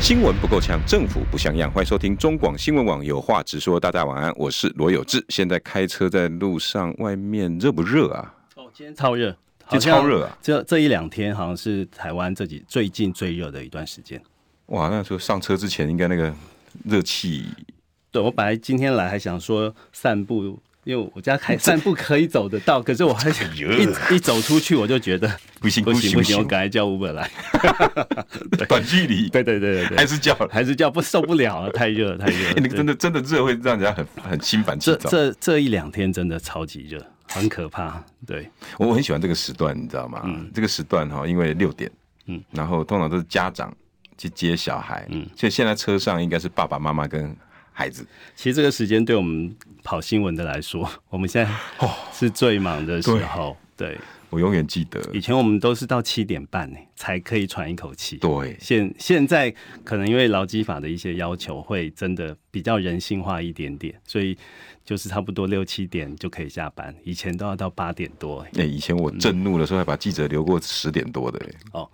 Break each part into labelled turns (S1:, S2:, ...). S1: 新闻不够强，政府不像样。欢迎收听中广新闻网，有话直说。大家晚安，我是罗有志。现在开车在路上，外面热不热啊？
S2: 哦，今天超热，
S1: 就超热啊！
S2: 这这一两天好像是台湾这几最近最热的一段时间。
S1: 哇，那时候上车之前应该那个热气，
S2: 对我本来今天来还想说散步，因为我 家开散步可以走得到，可是我还想一一走出去我就觉得
S1: 啊不行
S2: 不行不
S1: 不
S2: 行，我
S1: 行，
S2: 赶快叫 Uber 来。
S1: 短距离
S2: 对对对对对，
S1: 还是叫了。
S2: 还是叫不受不了了，太热了太热了
S1: 哎，那个
S2: 对
S1: 真的真的热会让人家很很心烦气
S2: 这
S1: 躁。
S2: 这这一两天真的超级热，很可怕。对，
S1: 我我很喜欢这个时段，你知道吗？这个时段哈，因为六点，嗯
S2: 嗯，
S1: 然后通常都是家长去接小孩，嗯
S2: 嗯，
S1: 所以现在车上应该是爸爸妈妈跟孩子。
S2: 其实这个时间对我们跑新闻的来说，我们现在
S1: 哦
S2: 是最忙的时候。对，
S1: 我永远记得，
S2: 以前我们都是到七点半呢才可以喘一口气。
S1: 对，
S2: 现现在可能因为劳基法的一些要求，会真的比较人性化一点点，所以就是差不多六七点就可以下班，以前都要到八点多。欸
S1: 哎、以前我震怒的时候还把记者留过十点多的、哎
S2: 哦，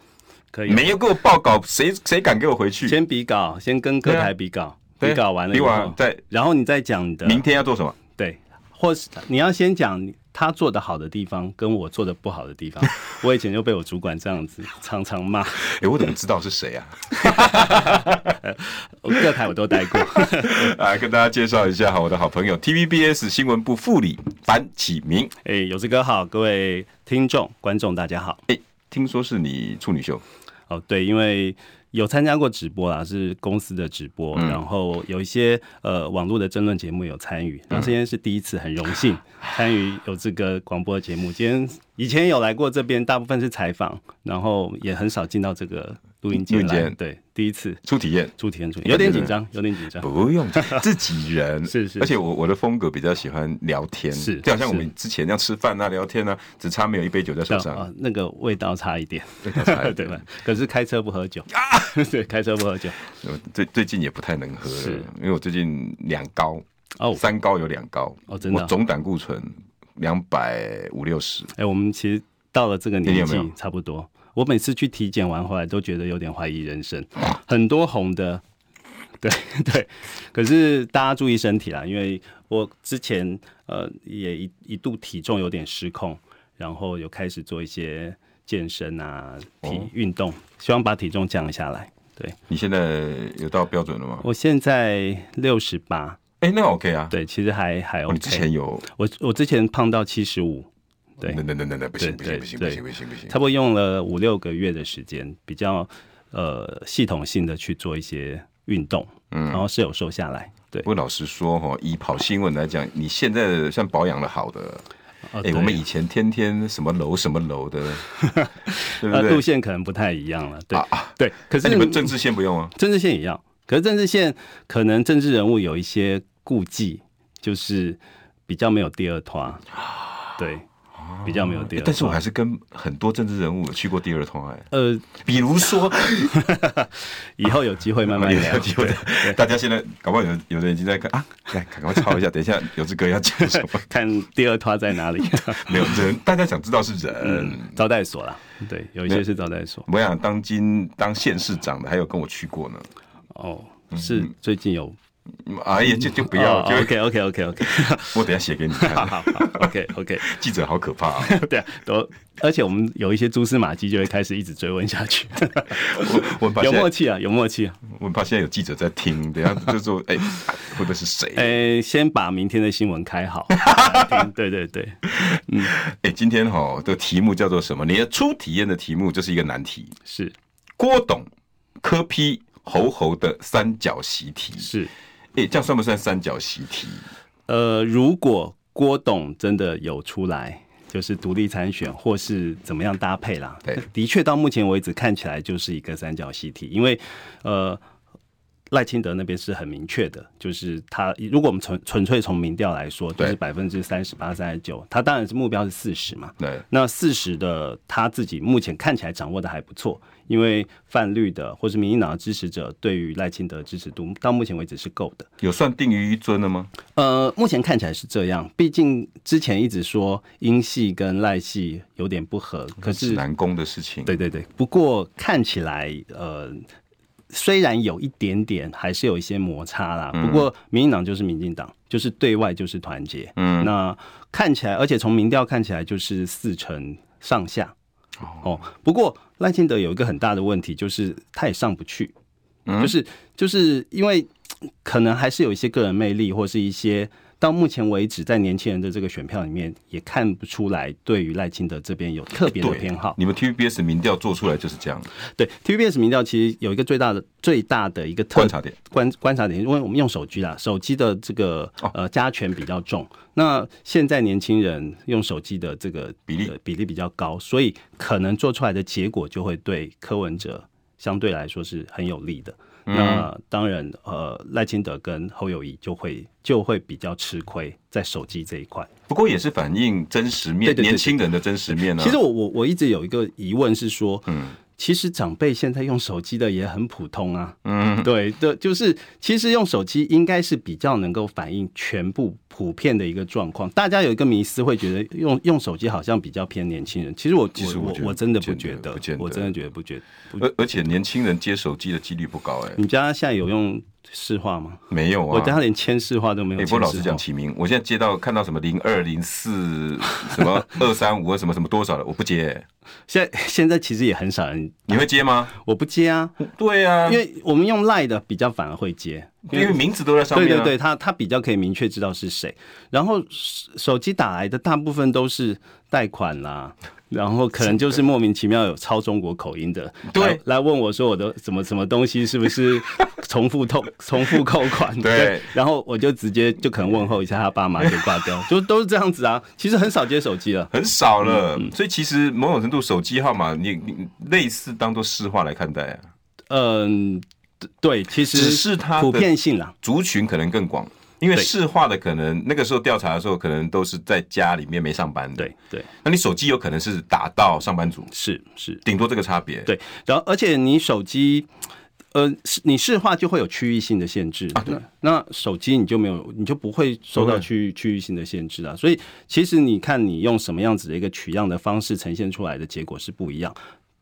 S2: 可以
S1: 没有给我报告，谁谁敢给我回去？
S2: 先比稿，先跟各
S1: 对啊
S2: 台比稿，
S1: 对
S2: 比稿完了以
S1: 比完
S2: 后，啊
S1: 再
S2: 然后你再讲你的
S1: 明天要做什么？
S2: 对，或是你要先讲你他做的好的地方，跟我做的不好的 地方。我以前就被我主管这样子常常骂，
S1: 哎、我怎么知道是谁啊？
S2: 我各台我都待过。
S1: 来跟大家介绍一下哈，我的好朋友 TVBS 新闻部副理樊启明。
S2: 哎、有志哥好，各位听众观众大家好。
S1: 听说是你处女秀，
S2: 哦，对，因为有参加过直播啦，是公司的直播，然后有一些呃网络的争论节目有参与，然后今天是第一次，很荣幸参与有这个广播节目。今天以前有来过这边，大部分是采访，然后也很少进到这个录音
S1: 录
S2: 间
S1: 音
S2: 来
S1: 间，
S2: 对，第一次
S1: 初体验，
S2: 出体验出，有点紧张，有点紧张。
S1: 不用自己人，
S2: 啊 是是
S1: 而且我我的风格比较喜欢聊天，
S2: 是
S1: 就好像我们
S2: 是
S1: 之前要吃饭啊、聊天啊，只差没有一杯酒在手
S2: 啊、
S1: 上，
S2: 哦那个味道差一点， 啊对吧？可是开车不喝酒， 对，开车不喝酒。
S1: 我最最近也不太能喝了
S2: 是，
S1: 因为我最近两高，
S2: 哦，
S1: 三高有两高
S2: 哦真的啊
S1: 我总胆固醇两百五六十，
S2: 哎、我们其实到了这个年
S1: 你有没
S2: 纪，差不多。我每次去体检完回来，都觉得有点怀疑人生，很多红的， 对对。可是大家注意身体啦，因为我之前呃也一一度体重有点失控，然后有开始做一些健身啊、
S1: 哦
S2: 体运动，希望把体重降下来。对
S1: 你现在有到标准了吗？
S2: 我现在六十八，
S1: 哎、那 OK 啊，
S2: 哦对，其实还还
S1: 哦你之
S2: OK。
S1: 前有，
S2: 我我之前胖到七十五，对
S1: 那那那那那不行不行
S2: 对
S1: 不行不
S2: 对
S1: 行不行不行，
S2: 差不多用了五六个月的时间，比较呃系统性的去做一些运动，嗯，然后是有瘦下来，对
S1: 不，过老实说哈，以跑新闻来讲，你现在的算保养的好的，
S2: 哦
S1: 哎、
S2: 对
S1: 我们以前天天什么楼什么楼 的，对不
S2: 呃
S1: 对
S2: 路？线可能不太一样了，对、
S1: 啊啊，
S2: 对，可是
S1: 那你们政治线不用啊？
S2: 政治线一样，可是政治线可能政治人物有一些顾忌，就是比较没有第二团，对，比较没有第
S1: 哎
S2: 二团，
S1: 啊但是我还是跟很多政治人物有去过第二通哎，
S2: 呃
S1: 比如说，
S2: 以后有机会慢慢聊
S1: 哦有，机会大家现在搞不好有有的已经在看啊，来赶快抄一下，等一下有志哥要讲什 么？
S2: 看第二团在哪 里，
S1: 没有人，大家想知道是人。
S2: 嗯，招待所啦，对，有一些是招待所。
S1: 我想当今当县市长的，还有跟我去过呢。
S2: 哦，是最近有
S1: 嗯哎呀，就就不要，就
S2: OK OK OK OK，
S1: 我等一下写给你看。
S2: 哦 好好 OK OK，
S1: 记者好可怕啊！
S2: 对啊，都而且我们有一些蛛丝马迹就会开始一直追问下去，
S1: 我我很怕
S2: 有
S1: 现在
S2: 默契啊，有默契啊。
S1: 我很怕现在有记者在 听，等一下就说哎，会不会是谁？啊
S2: 诶，先把明天的新闻开 好，大家听对对对，
S1: 哎，今天哈的题目叫做什么？你的初体验的题目就是一个难题。
S2: 是
S1: 郭董、柯批、侯侯的三角习题，
S2: 是，
S1: 诶、这样算不算三角习题？
S2: 呃，如果郭董真的有出来。就是独立参选，或是怎么样搭配啦。
S1: 对，
S2: 的确到目前为止看起来就是一个三角习题，因为呃，赖清德那边是很明确的，就是他如果我们纯纯粹从民调来说，就是百分之三十八、三十九，他当然是目标是四十嘛。
S3: 对，
S2: 那四十的他自己目前看起来掌握的还不错，因为泛绿的或是民进党的支持者对于赖清德的支持度到目前为止是够的。
S1: 有算定于一尊了吗？
S2: 呃，目前看起来是这样，毕竟之前一直说英系跟赖系有点不合，可
S1: 指
S2: 是
S1: 南宫的事情，
S2: 对对对，不过看起来呃。虽然有一点点，还是有一些摩擦啦。不过，民进党就是民进党，就是对外就是团结。嗯，那看起来，而且从民调看起来就是四成上下。哦，不过赖清德有一个很大的问题，就是他也上不去，就是就是因为嘖可能还是有一些个人魅力，或是一些到目前为止在年轻人的这个选票里面也看不出来，对于赖清德这边有特别的
S1: 对
S2: 偏好。
S1: 你们 TVBS 民调做出来就是这样，
S2: 对 TVBS 民调其实有一个最大的最大的一个特
S1: 观察点哦
S2: 观观察点，因为我们用手机啦，手机的这个呃加权比较重。那现在年轻人用手机的这个
S1: 比例
S2: 呃比例比较高，所以可能做出来的结果就会对柯文哲相对来说是很有利的。
S1: 嗯
S2: 那当然，呃，赖清德跟侯友谊就会就会比较吃亏在手机这一块。
S1: 不过也是反映真实面，
S2: 对对对对
S1: 年轻人的真实面啊。
S2: 其实我我我一直有一个疑问是说，嗯，其实长辈现在用手机的也很普通啊，嗯，对对，就是其实用手机应该是比较能够反映全部普遍的一个状况。大家有一个迷思，会觉得用用手机好像比较偏年轻人，其实我
S1: 其实
S2: 我
S1: 我觉得
S2: 我真的不
S1: 不见
S2: 觉
S1: 得
S2: 得
S1: 不见，得
S2: 我真的觉得不觉得。不
S1: 而而且年轻人接手机的几率不高哎、
S2: 你家现在有用市话吗？
S1: 没有啊。
S2: 嗯我家连千市话都没有
S1: 欸，
S2: 千
S1: 不过
S2: 市话。
S1: 老实讲，启明，我现在接到看到什么零二零四什么二三五什么什么多少的，我不接、
S2: 现在现在其实也很少人，
S1: 你会接吗？
S2: 我不接啊，
S1: 对啊，
S2: 因为我们用赖的比较反而会接，
S1: 因为名字都在上
S2: 对
S1: 面、啊。
S2: 对对，他他比较可以明确知道是谁。然后手手机打来的大部分都是贷款 啦，然后可能就是莫名其妙有超中国口音的，
S1: 对
S2: 来，来问我说我的什么什么东西是不是重复扣 重复扣款？
S1: 对
S2: 然后我就直接就可能问候一下他爸妈就挂掉，就都是这样子啊。其实很少接手机了。
S1: 很少了，
S2: 嗯
S1: 所以其实某种程度手机号码你你类似当做市话来看待啊，
S2: 嗯，对，其实
S1: 只是它的
S2: 普遍性啦。
S1: 族群可能更广，因为
S2: 对
S1: 市话的可能那个时候调查的时候，可能都是在家里面没上班的，
S2: 对对，
S1: 那你手机有可能是打到上班族，
S2: 是是。
S1: 顶多这个差别，
S2: 对，然后而且你手机，呃，是你市话就会有区域性的限制，那那手机你就没有，你就不会受
S1: 啊不
S2: 到
S1: 会
S2: 区域区域性的限制啊。所以其实你看你用什么样子的一个取样的方式呈现出来的结果是不一样。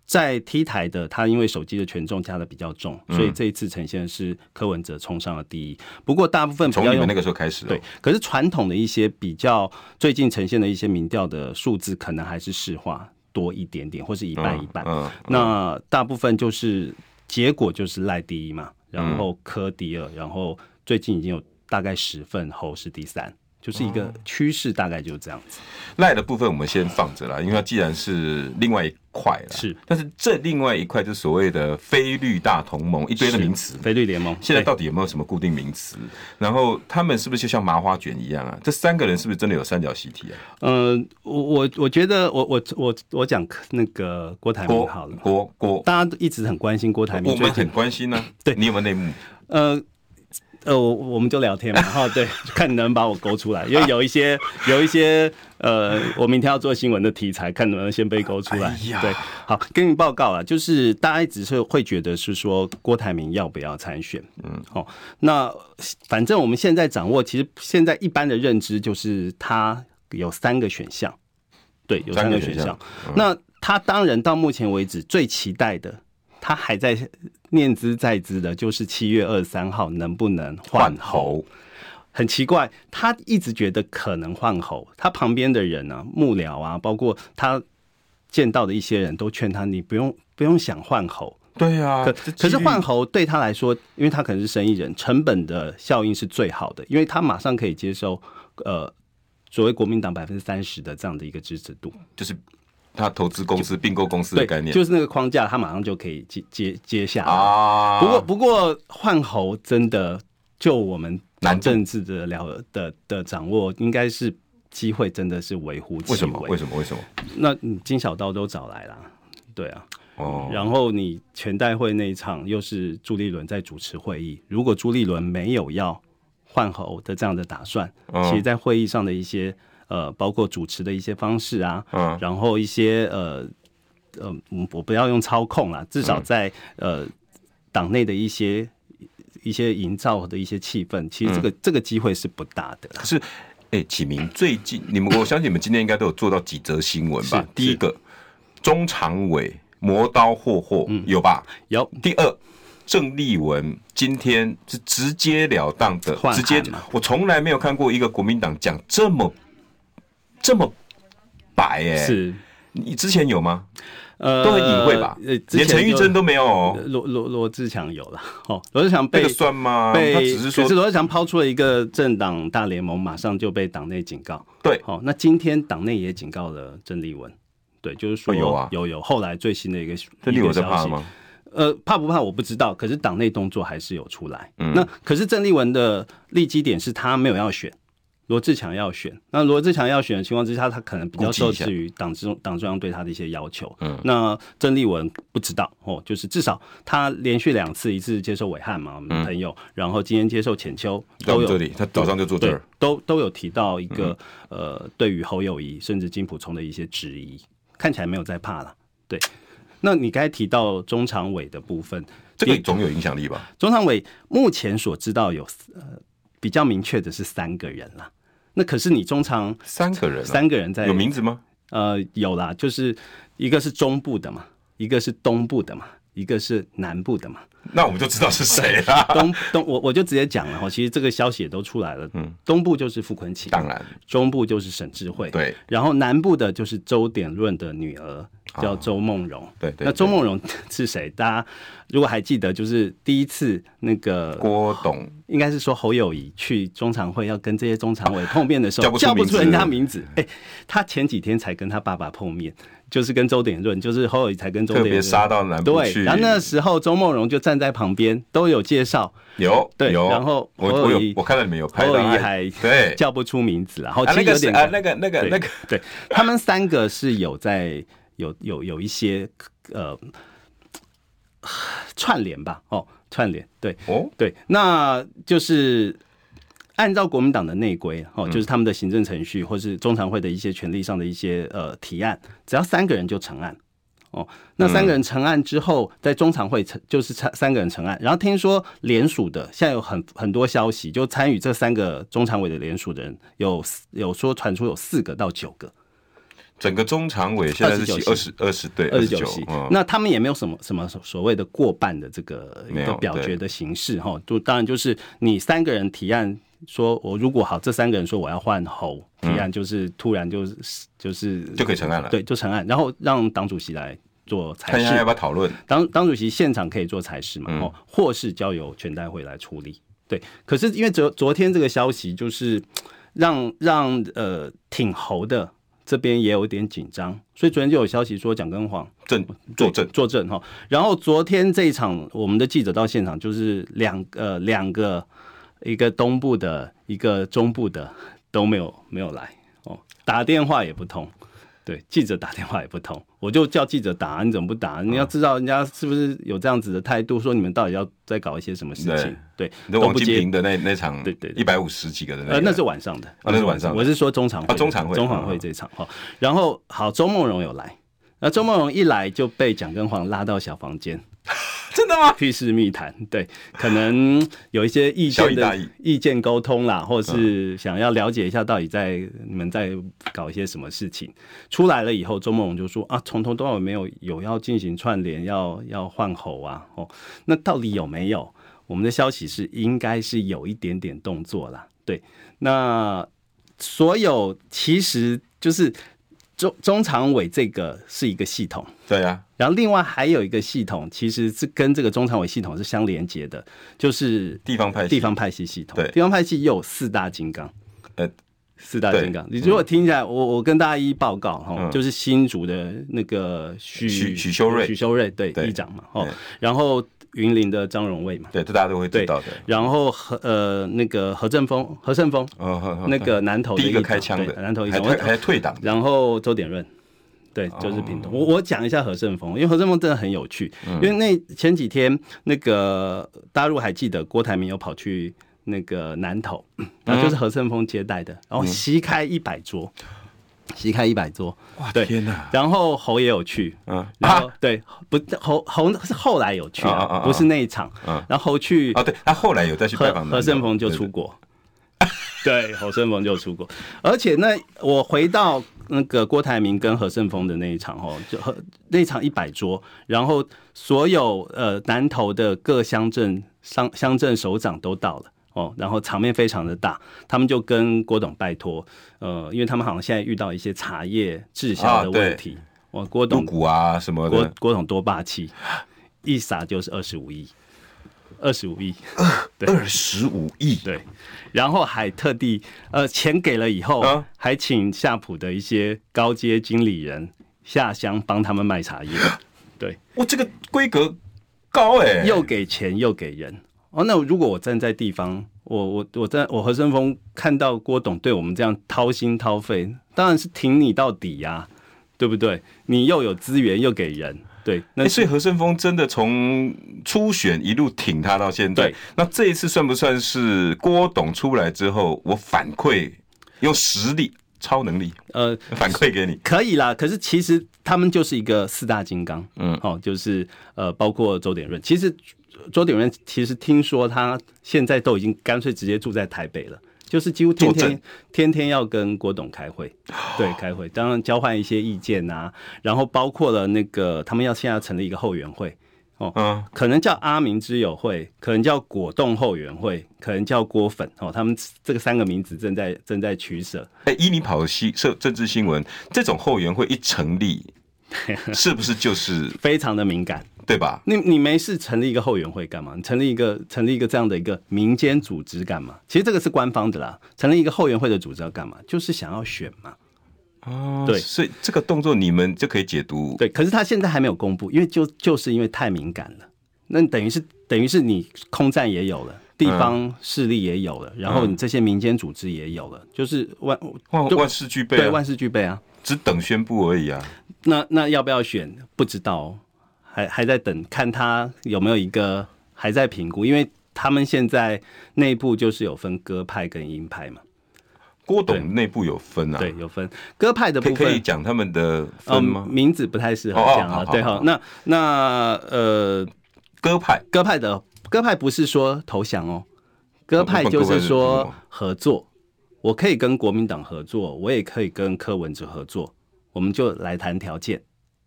S2: 在 T 台的他，因为手机的权重加的比较重，
S1: 嗯
S2: 所以这一次呈现的是柯文哲冲上了第一。不过大部分比
S1: 从
S2: 较
S1: 你
S2: 用
S1: 们那个时候开始、哦，
S2: 对，可是传统的一些比较最近呈现的一些民调的数字，可能还是市话多一点点，或是一半一半。
S1: 嗯，
S2: 那大部分就是结果就是赖第一嘛，然
S1: 嗯
S2: 后科第二，然后最近已经有大概十份侯是第三，就是一
S1: 哦
S2: 个趋势，大概就是这样子。
S1: 赖的部分我们先放着啦，因为它既然是另外一块了，
S2: 是，
S1: 但是这另外一块就是所谓的非绿大同盟，一堆的名词。
S2: 菲律联盟
S1: 现在
S2: 对
S1: 到底有没有什么固定名词？然后他们是不是就像麻花卷一样啊？这三个人是不是真的有三角习题啊？
S2: 呃，我我我觉得我我我我讲那个郭台铭
S1: 郭
S2: 好了。
S1: 郭郭，
S2: 大家都一直很关心郭台铭
S1: 我
S2: 最
S1: 们
S2: 近
S1: 很关心呢、
S2: 对
S1: 你有没有内幕？
S2: 呃呃，我我们就聊天嘛，哈， 对，看你能把我勾出来，因为有一些有一些呃，我明天要做新闻的题材，看能不能先被勾出来。
S1: 哎呀
S2: 对，好，跟你报告啊，就是大家只是会觉得是说郭台铭要不要参选，嗯，哦，那反正我们现在掌握，其实现在一般的认知就是他有三个选项，对，有
S1: 三
S2: 三
S1: 个
S2: 个选
S1: 选
S2: 项
S1: 项。
S2: 嗯那他当然到目前为止最期待的，他还在念兹在兹的，就是七月二十三号能不能换
S1: 猴，
S2: 很奇怪，他一直觉得可能换猴，他旁边的人啊、幕僚啊，包括他见到的一些人都劝他，你不用不用想换猴。
S1: 对啊
S2: 可，
S1: 这
S2: 可是
S1: 几率
S2: 换猴对他来说，因为他可能是生意人，成本的效应是最好的，因为他马上可以接受呃所谓国民党百分之三十的这样的一个支持度。
S1: 就是他投资公司、并购公司的
S2: 对，
S1: 概念，
S2: 就是那个框架，他马上就可以接接接下来。
S1: 啊。
S2: 不过不过换猴真的就我们
S1: 难度
S2: 政治的了的的掌握，应该是机会真的是微乎其微。嗯
S1: 为什么？为什么？为什么？
S2: 那你金小刀都找来啦，对啊，
S1: 哦，
S2: 然后你全代会那一场又是朱立伦在主持会议，如果朱立伦没有要换候的这样的打算，
S1: 嗯
S2: 其实在会议上的一些呃，包括主持的一些方式啊，
S1: 嗯
S2: 然后一些呃呃，嗯我不要用操控啦，至少在、呃党内的一些一些营造的一些气氛，其实这个、
S1: 嗯
S2: 这个机会是不大的啦。
S1: 可是，哎、启明，最近你们，我相信你们今天应该都有做到几则新闻吧
S2: 是？
S1: 第一个，中常委磨刀霍霍，
S2: 嗯
S1: 有吧？
S2: 有
S1: 第二，郑丽文今天是直截了当的
S2: 换，
S1: 直接
S2: 喊嘛，
S1: 我从来没有看过一个国民党讲这么这么白哎、
S2: 是
S1: 你之前有吗？
S2: 呃
S1: 都很隐晦吧？
S2: 呃，之
S1: 连
S2: 前
S1: 陈玉
S2: 就
S1: 珍都没有、
S2: 呃
S1: 哦，
S2: 罗罗罗志祥有了哦，罗志祥
S1: 那
S2: 被
S1: 个算吗？啊他
S2: 被，
S1: 只是说
S2: 可是罗志祥抛出了一个政党大联盟，马上就被党内警告。
S1: 对
S2: 好、那今天党内也警告了郑丽文，对，就是说
S1: 哦有啊
S2: 有有后来最新的一个
S1: 郑丽文在
S2: 一个消
S1: 怕
S2: 息
S1: 吗？
S2: 呃，怕不怕我不知道，可是党内动作还是有出来。
S1: 嗯
S2: 那可是郑丽文的立基点是他没有要选，罗志强要选。那罗志强要选的情况之下，他可能比较
S1: 顾忌一
S2: 受
S1: 下
S2: 制于党中党中央对他的一些要求。
S1: 嗯
S2: 那郑丽文不知道哦，就是至少他连续两次，一次接受伟汉嘛，我们
S1: 嗯
S2: 朋友，然后今天接受浅秋，
S1: 在我
S2: 都
S1: 们
S2: 有
S1: 这里，他早上就坐这
S2: 对
S1: 儿。，
S2: 都都有提到一个、呃，对于侯友谊甚至金溥聪的一些质疑，看起来没有在怕了。对，那你刚才提到中常委的部分，
S1: 这个
S2: 第
S1: 总有影响力吧？
S2: 中常委目前所知道有呃比较明确的是三个人啦。那可是你中常
S1: 三个人、啊，
S2: 三个人在
S1: 有名字吗？
S2: 呃有啦，就是一个是中部的嘛，一个是东部的嘛，一个是南部的嘛。
S1: 那我们就知道是谁 啦。
S2: 东东我我就直接讲了哈，其实这个消息也都出来了。嗯，东部就是傅昆萁，
S1: 当然，
S2: 中部就是沈智慧，
S1: 对
S2: 然后南部的就是周典论的女儿，叫周梦荣。
S1: 啊对对
S2: 那周梦荣 是谁？大家如果还记得，就是第一次那个，
S1: 郭董
S2: 应该是说侯友谊去中常会要跟这些中常委碰面的时
S1: 叫
S2: 候，
S1: 不出名字
S2: 人家名字。哎，他前几天才跟他爸爸碰面，就是跟周典论，就是侯友谊才跟周
S1: 特
S2: 典
S1: 别
S2: 论
S1: 杀到南部
S2: 对
S1: 去，，
S2: 然后那时候周梦荣就站在旁边，都有介绍，
S1: 有
S2: 对
S1: 有，
S2: 然后
S1: 我
S2: 侯友
S1: 我有
S2: 宜
S1: 我看到你们有
S2: 侯
S1: 拍到
S2: 友谊
S1: 他
S2: 还
S1: 对
S2: 叫不出名字啦，然后
S1: 啊
S2: 其
S1: 那
S2: 实
S1: 个
S2: 有
S1: 是
S2: 点
S1: 啊那个那个
S2: 对
S1: 那个
S2: 对，他们三个是有在有有有一些呃串联吧，哦，串联，对
S1: 哦
S2: 对，那就是按照国民党的内规哦，就是他们的行政程序或是中常会的一些权利上的一些呃提案，只要三个人就成案。哦，那三个人成案之后，在中常会成就是三三个人成案，然后听说联署的现在有很很多消息，就参与这三个中常委的联署的人，有四有说传出有四个到九个，
S1: 整个中常委现在是
S2: 29
S1: 二十二十对
S2: 二十
S1: 九
S2: 九席，
S1: 嗯
S2: 那他们也没有什么什么所谓的过半的这个
S1: 没
S2: 一
S1: 有
S2: 个表决的形式哈，就当然就是你三个人提案说，我如果好，这三个人说我要换侯提案，就是突然就是就是
S1: 嗯就可以成案了。
S2: 对就成案，然后让党主席来做裁
S1: 看一下嗯要
S2: 示，
S1: 不要讨论。
S2: 党党主席现场可以做裁示嘛，哦，或是交由全代会来处理。对，可是因为昨昨天这个消息就是让让呃挺侯的这边也有点紧张，所以昨天就有消息说蒋根煌。
S1: 证作证
S2: 对，作证哈。然后昨天这一场，我们的记者到现场，就是两呃两个，一个东部的，一个中部的都没有没有来哦，打电话也不通。对，记者打电话也不通，我就叫记者打，你怎么不
S1: 啊
S2: 打？你要知道人家是不是有这样子的态度，说你们到底要在搞一些什么事情？对，
S1: 你说
S2: 都
S1: 王
S2: 不
S1: 金
S2: 接
S1: 平的那那场，
S2: 对对
S1: 一百五十几个人，啊
S2: 呃，那是晚上的，
S1: 那是晚上的
S2: 我是说中场会
S1: 啊中场会
S2: 中场会这场哈。然后好，周梦荣有来，那周梦荣一来就被蒋根煌拉到小房间，
S1: 真的吗？
S2: 屁事密谈，对，可能有一些意
S1: 小
S2: 见
S1: 以大
S2: 的
S1: 义嗯
S2: 意见沟通啦，或是想要了解一下到底在你们在搞一些什么事情。出来了以后，周梦荣就说啊，从头到尾没有有要进行串联，要要换候啊，哦，那到底有没有？我们的消息是应该是有一点点动作啦，对，那所有其实就是中中常委这个是一个系统。
S1: 对啊呀，
S2: 然后另外还有一个系统，其实是跟这个中常委系统是相连接的，就是
S1: 地方派系
S2: 地方派系系统。
S1: 对
S2: 地方派系又有四大金刚，
S1: 呃，
S2: 四大
S1: 对
S2: 金刚。你如果听起来，我我跟大家一一报告哈、
S1: 嗯
S2: 就是新竹的那个许
S1: 许许修睿
S2: 许修睿对
S1: 对
S2: 议长嘛，哦
S1: 对，
S2: 然后云林的张荣卫嘛，
S1: 对，这大家都会知
S2: 对
S1: 道的。
S2: 然后何呃那个何正峰何胜峰、
S1: 哦，呵呵
S2: 那个南投的
S1: 第一个
S2: 议长
S1: 开枪的
S2: 对，南投一
S1: 还
S2: 长，
S1: 退还退党的，
S2: 然后周典润。对，
S1: 哦
S2: 就是屏东。我我讲一下何胜峰，因为何胜峰真的很有趣。
S1: 嗯
S2: 因为那前几天那个大家如果还记得，郭台铭有跑去那个南投，
S1: 嗯
S2: 那就是何胜峰接待的，然后席开一百桌，席开一百桌。
S1: 哇，
S2: 对
S1: 天哪！
S2: 然后侯也有去，
S1: 嗯
S2: 然后对不侯侯是后来有去
S1: 啊啊啊
S2: 啊，
S1: 啊
S2: 不是那一场
S1: 啊。
S2: 然后侯去
S1: 啊，对他后来有再去拜
S2: 何
S1: 访
S2: 何胜峰就出国，对，何胜峰就出国，而且那我回到那个郭台铭跟何胜峰的那一场哦，就和那一场一百桌，然后所有呃南投的各乡镇乡乡镇首长都到了。哦，然后场面非常的大，他们就跟郭董拜托，呃，因为他们好像现在遇到一些茶叶滞销
S1: 啊
S2: 的
S1: 对
S2: 问题，哇、郭
S1: 入
S2: 董
S1: 股啊什么
S2: 郭
S1: 的，
S2: 郭董多霸气，一撒就是二十五亿，二十五亿，对
S1: 二十五亿，
S2: 对，然后还特地呃钱给了以后，
S1: 啊
S2: 还请夏普的一些高阶经理人下乡帮他们卖茶叶，对，
S1: 哇，这个规格高哎，
S2: 又给钱又给人。哦，那如果我站在地方，我我我在我和生峰看到郭董对我们这样掏心掏肺，当然是挺你到底呀、对不对？你又有资源又给人，对，那
S1: 欸所以何胜峰真的从初选一路挺他到现在
S2: 对。
S1: 那这一次算不算是郭董出来之后，我反馈用实力、超能力
S2: 呃
S1: 反馈给你？
S2: 可以啦，可是其实他们就是一个四大金刚，
S1: 嗯
S2: 嗯，哦，就是呃，包括周典润，其实周典润其实听说他现在都已经干脆直接住在台北了。就是几乎天
S1: 坐
S2: 天
S1: 镇哦
S2: 天天要跟郭董开会，对，开会，当然交换一些意见啊，然后包括了那个他们要现在成立一个后援会，
S1: 嗯，
S2: 可能叫阿明之友会，可能叫果冻后援会，可能叫郭粉哦，他们这个三个名字正在正在取舍，
S1: 哎、依你跑的新社政治新闻，这种后援会一成 立，是不是就是
S2: 非常的敏感。
S1: 对吧？
S2: 你你没事成立一个后援会干嘛？你成立一个成立一个这样的一个民间组织干嘛？其实这个是官方的啦，成立一个后援会的组织要干嘛？就是想要选嘛。
S1: 哦
S2: 对
S1: 所以这个动作你们就可以解读。
S2: 对，可是他现在还没有公布，因为就就是因为太敏感了。那等于是等于是你空战也有了，地方势力也有了，然后你这些民间组织也有了，就是万
S1: 万
S2: 就
S1: 万事俱备、
S2: 对
S1: 啊，
S2: 万事俱备啊。
S1: 只等宣布而已啊。
S2: 那那要不要选？不知道、哦，还还在等，看他有没有一个还在评估，因为他们现在内部就是有分鸽派跟鹰派嘛，
S1: 郭董内部有分啊，
S2: 对，有分鸽派的
S1: 可以
S2: 部
S1: 可以
S2: 分。
S1: 讲他们的分
S2: 嗯，
S1: 吗？
S2: 名字不太适合
S1: 哦哦
S2: 讲
S1: 好
S2: 啊
S1: 好。
S2: 对
S1: 好
S2: 哈，那那呃，
S1: 鸽派
S2: 鸽派的鸽派不是说投降哦，鸽派就
S1: 鸽派是
S2: 是
S1: 什
S2: 说
S1: 么
S2: 合作，我可以跟国民党合作，我也可以跟柯文哲合作，我们就来谈条件。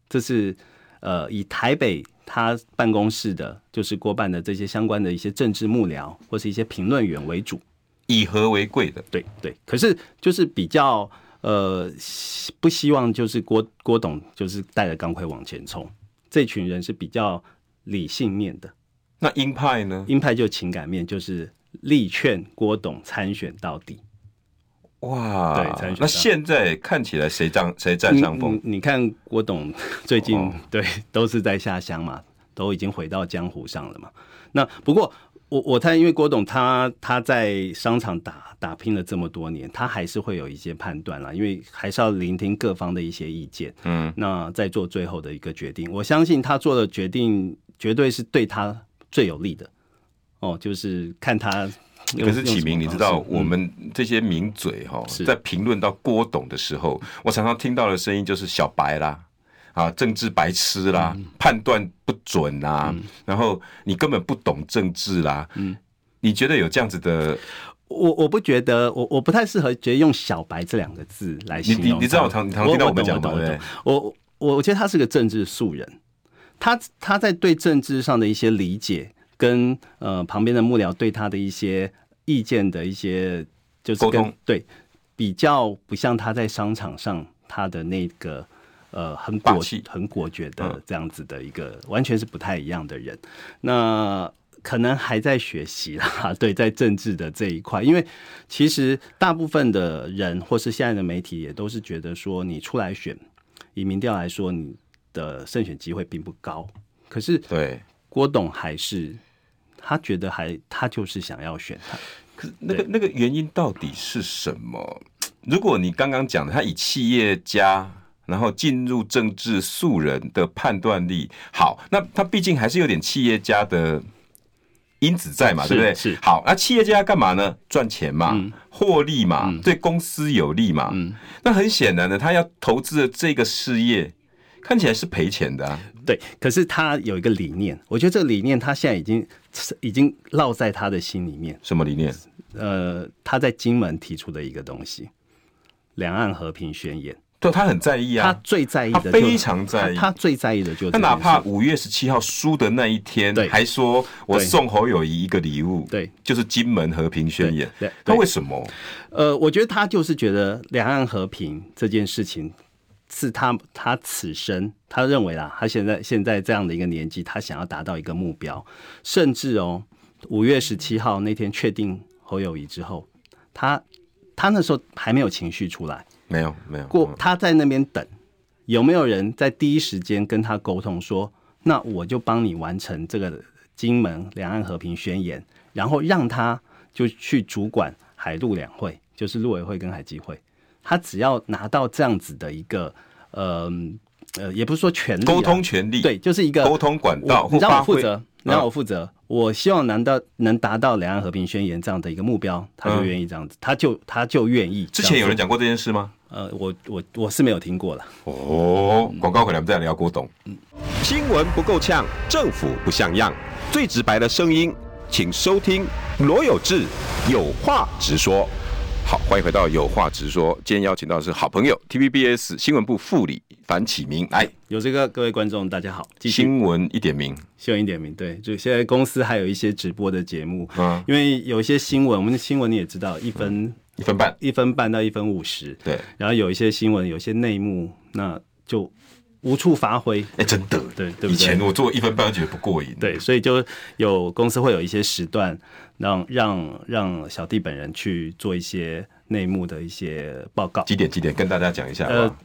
S2: 这是呃，以台北他办公室的，就是国办的这些相关的一些政治幕僚或是一些评论员为主。
S1: 以和为贵的。
S2: 对对，可是就是比较呃，希不希望就是郭郭董就是带着钢盔往前冲，这群人是比较理性面的。
S1: 那鹰派呢？
S2: 鹰派就情感面，就是力劝郭董参选到底。
S1: 哇，
S2: 对参选
S1: 那
S2: 到
S1: 现在看起来谁占谁占上风？
S2: 你你看郭董最近、
S1: 哦
S2: 对都是在下乡嘛，都已经回到江湖上了嘛。那不过我我猜，因为郭董他他在商场打打拼了这么多年，他还是会有一些判断啦，因为还是要聆听各方的一些意见，
S1: 嗯，
S2: 那再做最后的一个决定。我相信他做的决定绝对是对他最有利的。哦，就是看他用。
S1: 可是启明，
S2: 用什么
S1: 你知道
S2: 方式嗯
S1: 我们这些名嘴哈、
S2: 是
S1: 在评论到郭董的时候，我常常听到的声音就是小白啦，啊，政治白痴啦，
S2: 嗯
S1: 判断不准啦，然后你根本不懂政治啦，嗯。你觉得有这样子的？
S2: 我我不觉得，我我不太适合觉得用“小白”这两个字来形容
S1: 你
S2: 他。
S1: 你你知道我常常听到
S2: 我
S1: 我们讲
S2: 懂
S1: 嘛
S2: 我
S1: 对
S2: 懂
S1: 不
S2: 我懂我我我觉得他是个政治素人，他他在对政治上的一些理解，跟呃旁边的幕僚对他的一些意见的一些就是
S1: 沟
S2: 跟
S1: 通
S2: 对比较不像他在商场上他的那个呃很
S1: 霸
S2: 果
S1: 气
S2: 很果决的
S1: 嗯
S2: 这样子的一个、完全是不太一样的人。那可能还在学习啦， 对，在政治的这一块，因为其实大部分的人或是现在的媒体也都是觉得说，你出来选，以民调来说，你的胜选机会并不高。可是
S1: 对，
S2: 郭董还是他觉得还他就是想要选他，
S1: 可是那个那个原因到底是什么？如果你刚刚讲的，他以企业家然后进入政治素人的判断力好，那他毕竟还是有点企业家的因子在嘛，
S2: 是
S1: 对不对？
S2: 是嗯
S1: 好，那企业家干嘛呢？赚钱嘛，获利嘛，对公司有利嘛。那很显然的，他要投资的这个事业看起来是赔钱的、啊。
S2: 对，可是他有一个理念，我觉得这个理念他现在已经已经烙在他的心里面。
S1: 什么理念？
S2: 呃，他在金门提出的一个东西，《两岸和平宣言》，
S1: 对他很在意啊，
S2: 他最在意的
S1: 他
S2: 就，
S1: 非常在意
S2: 他他最在意的就
S1: 他
S2: 是这
S1: 哪
S2: 件事
S1: 怕五月十七号输的那一天，
S2: 对
S1: 还说我
S2: 对
S1: 送侯友谊一个礼物，
S2: 对，
S1: 就是金门和平宣言
S2: 对对。
S1: 那
S2: 对
S1: 为什么？
S2: 呃，我觉得他就是觉得两岸和平这件事情是他他此生他认为啦，他现在现在这样的一个年纪，他想要达到一个目标，甚至哦，五月十七号那天确定侯友谊之后，他他那时候还没有情绪出来，
S1: 没有，没有
S2: 过他在那边
S1: 嗯
S2: 等，有没有人在第一时间跟他沟通说，那我就帮你完成这个金门两岸和平宣言，然后让他就去主管海陆两会，就是陆委会跟海基会，他只要拿到这样子的一个，呃呃，也不是说权利、啊，
S1: 沟通权利，
S2: 对，，就是一个
S1: 沟通管道
S2: 我
S1: 或
S2: 你让
S1: 发
S2: 我负
S1: 挥。嗯
S2: 责，你让我负责。我希望能到能达到两岸和平宣言这样的一个目标，他就
S1: 嗯
S2: 愿意这样子，他就他就愿意
S1: 之
S2: 这样做。
S1: 前有人讲过这件事吗？
S2: 呃，我我我是没有听过嗯了。
S1: 哦，广告回来我们再聊郭董。
S3: 新闻不够呛，政府不像样，最直白的声音，请收听罗有志有话直说。
S1: 好，欢迎回到有话直说。今天邀请到的是好朋友 TVBS 新闻部副理樊启明，来
S2: 有这个各位观众，大家好，哎继续
S1: 新闻一点名。
S2: 新闻一点名。对，就现在公司还有一些直播的节目，
S1: 嗯
S2: 因为有一些新闻，我们的新闻你也知道，一分、
S1: 一分半，
S2: 一分半到一分五十，
S1: 对，
S2: 然后有一些新闻，有一些内幕，那就无处发挥。
S1: 哎，真的，
S2: 对对不对
S1: 以前我做一分半都觉得不过瘾，
S2: 对，所以就有公司会有一些时段让让让小弟本人去做一些内幕的一些报告。
S1: 几点几点跟大家讲一下好不好
S2: 呃，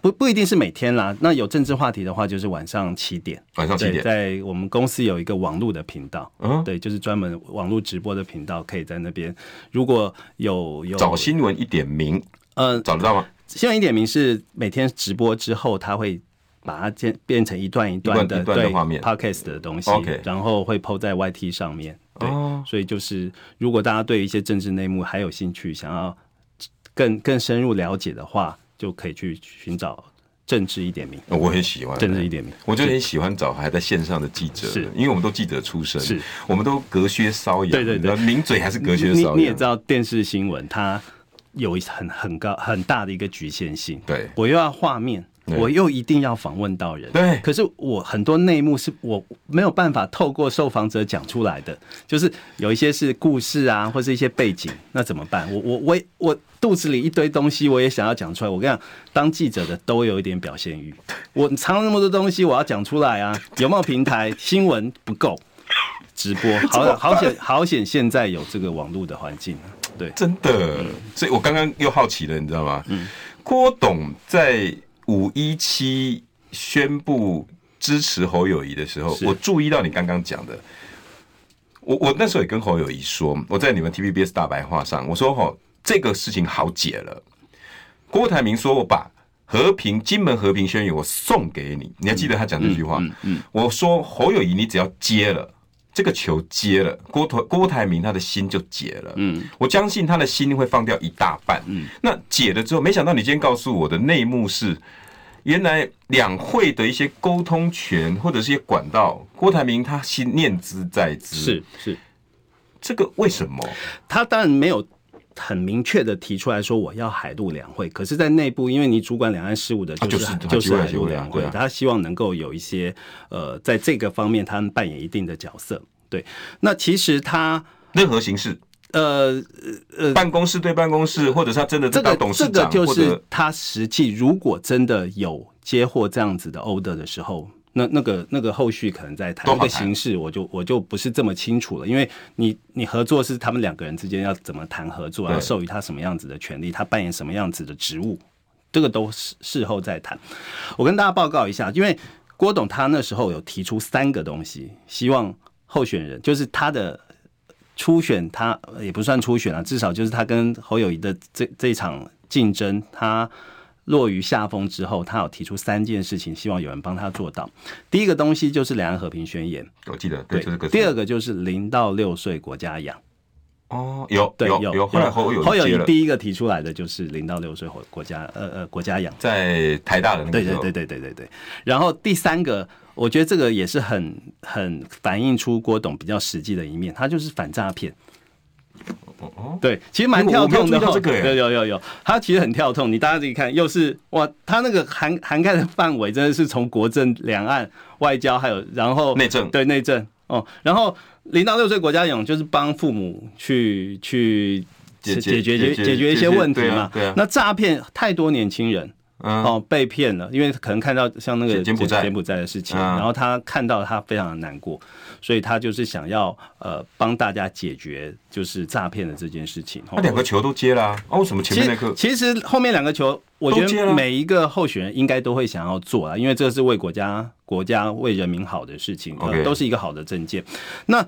S2: 不不一定是每天啦。那有政治话题的话，就是晚上七点。
S1: 晚上七
S2: 对，
S1: 点，
S2: 在我们公司有一个网络的频道，
S1: 嗯
S2: 对，就是专门网络直播的频道，可以在那边。如果有有
S1: 找新闻一点名，
S2: 呃，
S1: 找得到吗？
S2: 新闻一点名是每天直播之后，他会把它变变成一段一段的
S1: 一段一段的
S2: 对
S1: 画面
S2: podcast 的东西
S1: OK
S2: 然后会 PO 在 YT 上面。对，
S1: 哦
S2: 所以就是如果大家对一些政治内幕还有兴趣，想要更更深入了解的话，就可以去寻找政治一点名，
S1: 我很喜欢，
S2: 政治一点名。
S1: 我就很喜欢找还在线上的记者，
S2: 是
S1: 因为我们都记者出身，
S2: 是，
S1: 我们都隔靴搔痒，
S2: 对对对
S1: 你知道名嘴还是隔靴
S2: 你
S1: 搔
S2: 你也
S1: 痒
S2: 知，道电视新闻它有一很很高很大的一个局限性，
S1: 对
S2: 我又要画面，我又一定要访问到人，
S1: 对
S2: 可是我很多内幕是我没有办法透过受访者讲出来的，就是有一些是故事啊，或是一些背景，那怎么办？我我我也我肚子里一堆东西，我也想要讲出来。我跟你讲，当记者的都有一点表现欲，我藏了那么多东西，我要讲出来啊！有没有平台？新闻不够。直播，好好险，好险！现在有这个网络的环境啊，对，嗯
S1: 真的，所以我刚刚又好奇了，你知道吗？郭董在五一七宣布支持侯友谊的时候，
S2: 是
S1: 我注意到你刚刚讲的。我我那时候也跟侯友谊说，我在你们 TVBS 大白话上，我说吼、这个事情好解了。郭台铭说：“我把和平金门和平宣言我送给你。”你还记得他讲这句话？嗯，我说侯友谊，你只要接了这个球，接了郭台郭台铭他的心就解了。嗯，我相信他的心会放掉一大半。嗯，那解了之后，没想到你今天告诉我的内幕是。原来两会的一些沟通权或者是一些管道，郭台铭他心念兹在兹，
S2: 是是。
S1: 这个为什么？
S2: 他当然没有很明确的提出来说我要海陆两会，可是，在内部，因为你主管两岸事务的，就是、
S1: 啊就是
S2: 就是海
S1: 海
S2: 陆两
S1: 陆
S2: 会
S1: 两会，啊
S2: 他希望能够有一些呃，在这个方面他们扮演一定的角色。对，那其实他
S1: 任何形式，
S2: 呃，
S1: 办公室对办公室，或者是他真的
S2: 这
S1: 当
S2: 个
S1: 董事
S2: 这个
S1: 长，
S2: 就
S1: 或
S2: 是
S1: 者
S2: 他实际如果真的有接获这样子的 order 的时候。那那个那个后续可能在谈
S1: 都好
S2: 那个
S1: 谈
S2: 形式，我就我就不是这么清楚了，因为你你合作是他们两个人之间要怎么谈合作，
S1: 对
S2: 要授予他什么样子的权利，他扮演什么样子的职务，这个都事事后再谈。我跟大家报告一下，因为郭董他那时候有提出三个东西，希望候选人就是他的初选他，呃也不算初选啊，至少就是他跟侯友谊的这这一场竞争，他落于下风之后，他有提出三件事情，希望有人帮他做到。第一个东西就是《两岸和平宣言》，
S1: 我记得对，就这个字。
S2: 第二个就是零到六岁国家养。
S1: 哦，有
S2: 对，
S1: 有
S2: 有
S1: 后来侯友
S2: 侯友
S1: 接
S2: 谊
S1: 了，
S2: 第一个提出来的就是零到六岁国国家呃呃国家养。
S1: 在台大的那个
S2: 对
S1: 时
S2: 对
S1: 候，
S2: 对对对对对。然后第三个，我觉得这个也是很很反映出郭董比较实际的一面，他就是反诈骗。
S1: 哦
S2: 对，其实蛮跳
S1: 哎我我
S2: 痛
S1: 没有注意
S2: 的
S1: 到
S2: 哦，
S1: 这个耶
S2: 有有有有，他其实很跳痛。你大家自己看，又是哇，他那个涵涵盖的范围真的是从国政、两岸、外交，还有然后
S1: 内政
S2: 对内政哦，然后零到六岁国家勇就是帮父母去去
S1: 解决
S2: 解决
S1: 解
S2: 解
S1: 决
S2: 解决一些问题
S1: 对啊
S2: 嘛。
S1: 对啊
S2: 那诈骗太多年轻人
S1: 嗯
S2: 哦，被骗了，因为可能看到像那个
S1: 柬柬埔寨
S2: 柬埔寨的事情，
S1: 嗯
S2: 然后他看到他非常的难过，所以他就是想要呃帮大家解决就是诈骗的这件事情。哦
S1: 他两个球都接啦，啊，为什么哎前
S2: 其
S1: 面
S2: 实
S1: 那个
S2: 其实后面两个球，我觉
S1: 都接了
S2: 得每一个候选人应该都会想要做啊，因为这是为国家、国家为人民好的事情，
S1: OK
S2: 呃、都是一个好的政见。那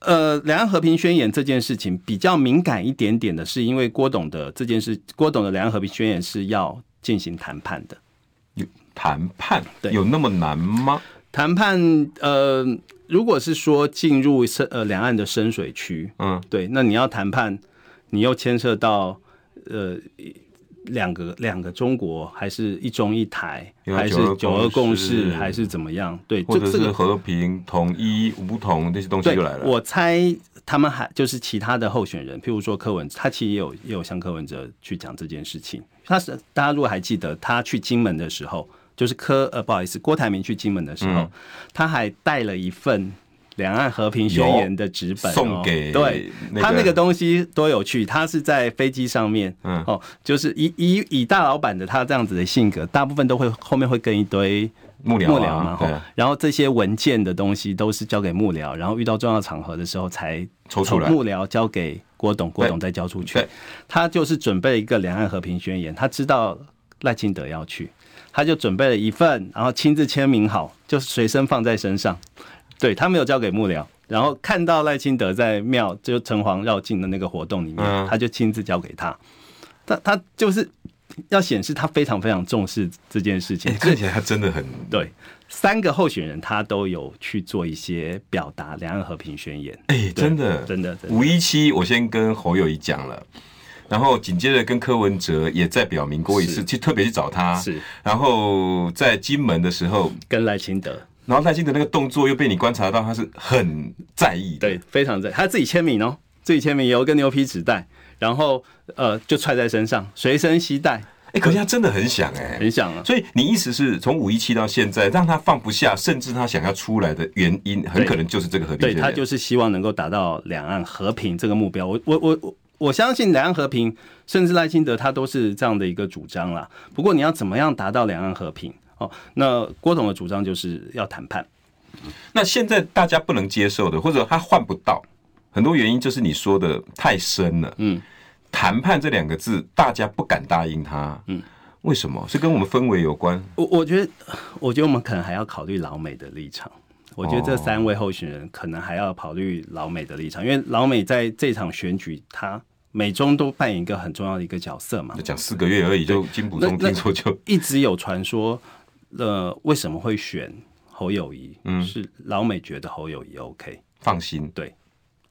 S2: 呃，两岸和平宣言这件事情比较敏感一点点的是，因为郭董的这件事，郭董的两岸和平宣言是要进行谈判的。
S1: 谈判
S2: 对
S1: 有那么难吗？
S2: 谈判，呃，如果是说进入深呃两岸的深水区，
S1: 嗯，
S2: 对，那你要谈判，你又牵涉到呃一两个两个中国，还是一中一台，
S1: 有啊
S2: 还是
S1: 九二共
S2: 九二共识
S1: 识，
S2: 还是怎么样？对，
S1: 或
S2: 这
S1: 者
S2: 这
S1: 是
S2: 个
S1: 和平、统一、武统那些东西
S2: 对
S1: 就来，了。
S2: 我猜他们还就是其他的候选人，譬如说柯文，他其实也有也有向柯文哲去讲这件事情。他是大家如果还记得，他去金门的时候，就是柯呃不好意思，郭台铭去金门的时
S1: 嗯
S2: 候，他还带了一份。两岸和平宣言的纸本、哦、
S1: 送给
S2: 对
S1: 那个
S2: 他那个东西多有趣，他是在飞机上面，
S1: 嗯
S2: 哦，就是以以以大老板的他这样子的性格，大部分都会后面会跟一堆
S1: 幕僚啊
S2: 幕僚嘛，
S1: 对
S2: 吼然后这些文件的东西都是交给幕僚，然后遇到重要场合的时候才
S1: 抽出来
S2: 从幕僚交给郭董，郭董再交出去
S1: 对。哎
S2: 他就是准备一个两岸和平宣言，他知道赖清德要去，他就准备了一份，然后亲自签名好，就随身放在身上。对他没有交给幕僚，然后看到赖清德在庙就城隍绕境的那个活动里面，
S1: 嗯
S2: 他就亲自交给他。他他就是要显示他非常非常重视这件事情
S1: 哎，看起来他真的很
S2: 对，三个候选人他都有去做一些表达两岸和平宣言。
S1: 哎、
S2: 对
S1: 真的
S2: 真的真的
S1: 五一七，我先跟侯友谊讲了，然后紧接着跟柯文哲也在表明过一次，
S2: 是
S1: 去特别去找他，
S2: 是
S1: 然后在金门的时候，
S2: 跟赖清德
S1: 然后赖清德那个动作又被你观察到，他是很在意的。
S2: 对非常在，他自己签名哦，自己签名有一个牛皮纸袋，然后呃就揣在身上，随身携带，
S1: 哎、可是他真的很想哎、
S2: 很想啊。
S1: 所以你意思是从五一七到现在，让他放不下，甚至他想要出来的原因，很
S2: 对
S1: 可能就是这个和平宣
S2: 对
S1: 言。
S2: 他就是希望能够达到两岸和平这个目标。我我我我我相信两岸和平，甚至赖清德他都是这样的一个主张啦。不过你要怎么样达到两岸和平？哦，那郭董的主张就是要谈判。
S1: 那现在大家不能接受的，或者他换不到，很多原因就是你说的太深了。嗯，谈判这两个字，大家不敢答应他。嗯，为什么？是跟我们氛围有关。
S2: 我我觉得，我觉得我们可能还要考虑老美的立场。我觉得这三位候选人可能还要考虑老美的立场，因为老美在这场选举，他美中都扮演一个很重要的一个角色嘛
S1: 就。讲四个月而已，就金普中
S2: 那
S1: 听说就
S2: 一直有传说，呃，为什么会选侯友谊？嗯，是老美觉得侯友谊 OK。
S1: 放心。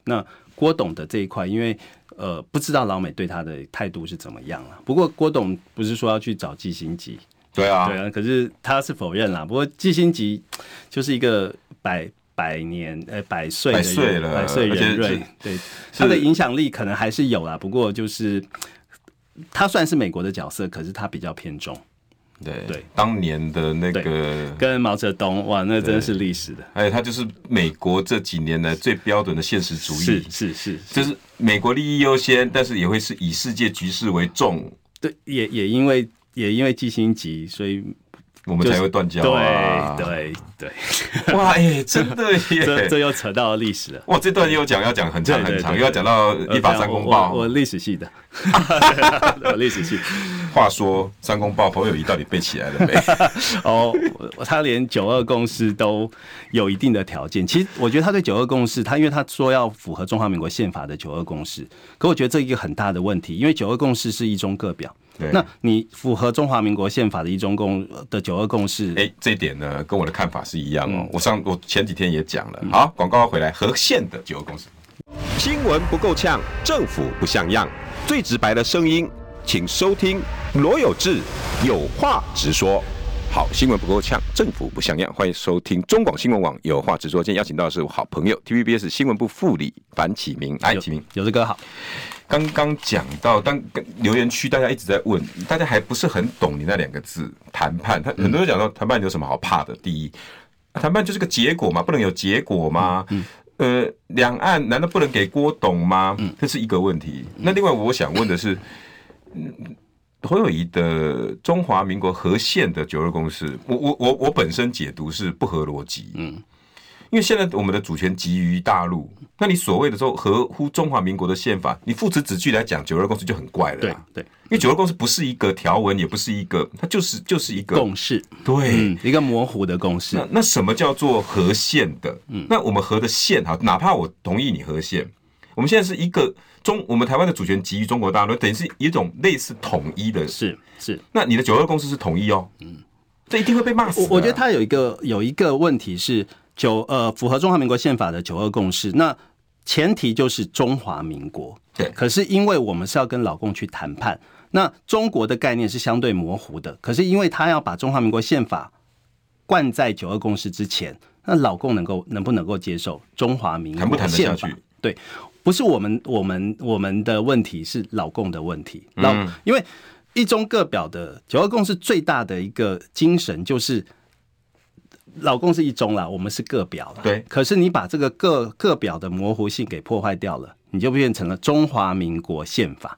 S2: 那郭董的这一块，因为呃不知道老美对他的态度是怎么样了、不过郭董不是说要去找季星吉，
S1: 对啊，
S2: 对啊，可是他是否认啦。不过季星吉就是一个百百年呃百岁的
S1: 百岁
S2: 人
S1: 了
S2: 百岁
S1: 而且
S2: 人瑞
S1: 是，
S2: 对他的影响力可能还是有啦。不过就是他算是美国的角色，可是他比较偏重，
S1: 对
S2: 对
S1: 当年的那个。
S2: 跟毛泽东哇，那真是历史的，
S1: 还有他就是美国这几年来最标准的现实主
S2: 是
S1: 义，
S2: 是是，
S1: 就是美国利益优先，但是也会是以世界局势为重，
S2: 对，也也因为也因为季星吉，所以
S1: 我们
S2: 就是
S1: 才会断交啊！
S2: 对对 对，
S1: 哇，哎， 真的
S2: 这
S1: 耶！
S2: 这又扯到历史了。
S1: 哇，这段又讲要讲很长
S2: 对对
S1: 很长，
S2: 对
S1: 又要讲到立法三公
S2: 呃我我
S1: 报
S2: 我。历史系的， 我历史系。
S1: 话说三公报侯友谊到底背起来了没？
S2: 哦，我他连九二共识都有一定的条件。其实我觉得他对九二共识，他因为他说要符合中华民国宪法的九二共识，可我觉得这一个很大的问题，因为九二共识是一中各表，
S1: 对
S2: 那你符合中华民国宪法的一中共呃的九二共识，
S1: 哎、这一点呢，跟我的看法是一样哦。
S2: 嗯
S1: 我上我前几天也讲了。好，广告回来，和县的九个公司。
S3: 新闻不够呛，政府不像样，最直白的声音，请收听罗有志有话直说。好，新闻不够呛，政府不像样，欢迎收听中广新闻网有话直说。今天邀请到的是我好朋友 TVBS 新闻部副理樊启明，
S1: 哎
S3: 来，
S2: 有
S3: 启明，
S2: 有这个好，
S1: 刚刚讲到，当留言区大家一直在问，大家还不是很懂你那两个字“谈判”。他很多人讲到谈判有什么好怕的？第一，啊谈判就是个结果嘛，不能有结果吗？呃，两岸难道不能给郭董吗？这是一个问题。那另外我想问的是，侯友谊的中华民国和宪的九二共识，我我我我本身解读是不合逻辑，嗯，因为现在我们的主权基于大陆，那你所谓的说合乎中华民国的宪法，你父子子句来讲九二共识就很怪了
S2: 对
S1: 啦，
S2: 对，
S1: 因为九二共识不是一个条文，也不是一个，它就是就是一个
S2: 共识，
S1: 对。
S2: 嗯，一个模糊的共识
S1: 那，那什么叫做和宪的？
S2: 嗯
S1: 那我们和的宪哈，哪怕我同意你和宪，我们现在是一个中，我们台湾的主权基于中国大陆，等于是一种类似统一的
S2: 是是。
S1: 那你的九二共识是统一哦，嗯，这一定会被骂死的啊。
S2: 我我觉得他有一个有一个问题是九呃符合中华民国宪法的九二共识，那前提就是中华民国。
S1: 对
S2: 可是因为我们是要跟老共去谈判，那中国的概念是相对模糊的，可是因为他要把中华民国宪法灌在九二共识之前，那老共能够能不能够接受中华民
S1: 谈不
S2: 国
S1: 谈得
S2: 宪
S1: 下
S2: 法
S1: 去？
S2: 对，不是我们我们我们的问题，是老共的问题。
S1: 嗯
S2: 老、因为一中各表的九二共识最大的一个精神就是。老共是一中啦，我们是各表啦。
S1: 对
S2: 可是你把这个各各表的模糊性给破坏掉了，你就变成了中华民国宪法。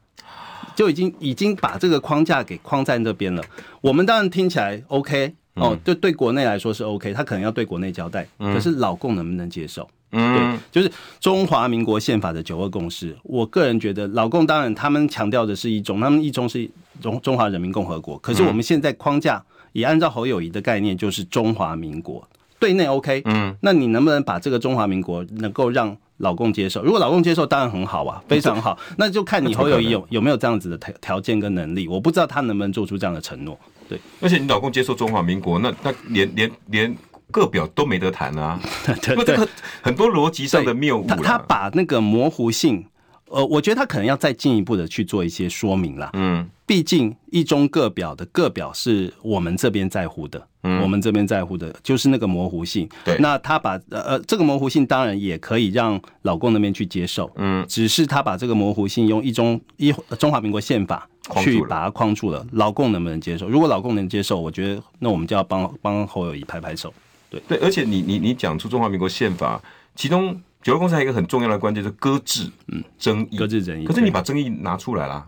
S2: 就已经已经把这个框架给框在那边了。我们当然听起来 OK 哦，对对国内来说是 OK，他可能要对国内交代，可是老共能不能接受？
S1: 嗯，
S2: 对，就是中华民国宪法的九二共识。我个人觉得，老共当然他们强调的是一中，他们一中是中中华人民共和国，可是我们现在框架也按照侯友谊的概念，就是中华民国。对内 OK，嗯，那你能不能把这个中华民国能够让老共接受？如果老共接受，当然很好啊，非常好。那就看你侯友谊有有没有这样子的条条件跟能力，我不知道他能不能做出这样的承诺。 对，
S1: 而且你老公接受中华民国，那那连连连各表都没得谈 啊，
S2: 对
S1: 那这个很多逻辑上的谬误
S2: 他他
S1: 啦。
S2: 把那个模糊性，呃，我觉得他可能要再进一步的去做一些说明啦。
S1: 嗯，
S2: 毕竟一中各表的各表是我们这边在乎的，我们这边在乎的就是那个模糊性。
S1: 嗯对
S2: 那他把呃呃这个模糊性当然也可以让老公那边去接受，嗯，只是他把这个模糊性用一中一中华民国宪法
S1: 框住
S2: 去
S1: 了
S2: 把它框住了，老公能不能接受？如果老公能接受，我觉得那我们就要帮帮侯友谊拍拍手。
S1: 对，而且你你你讲出中华民国宪法，其中九二共识还有一个很重要的关键就是搁置争议，
S2: 嗯搁置争议
S1: 可是你把争议拿出来啦，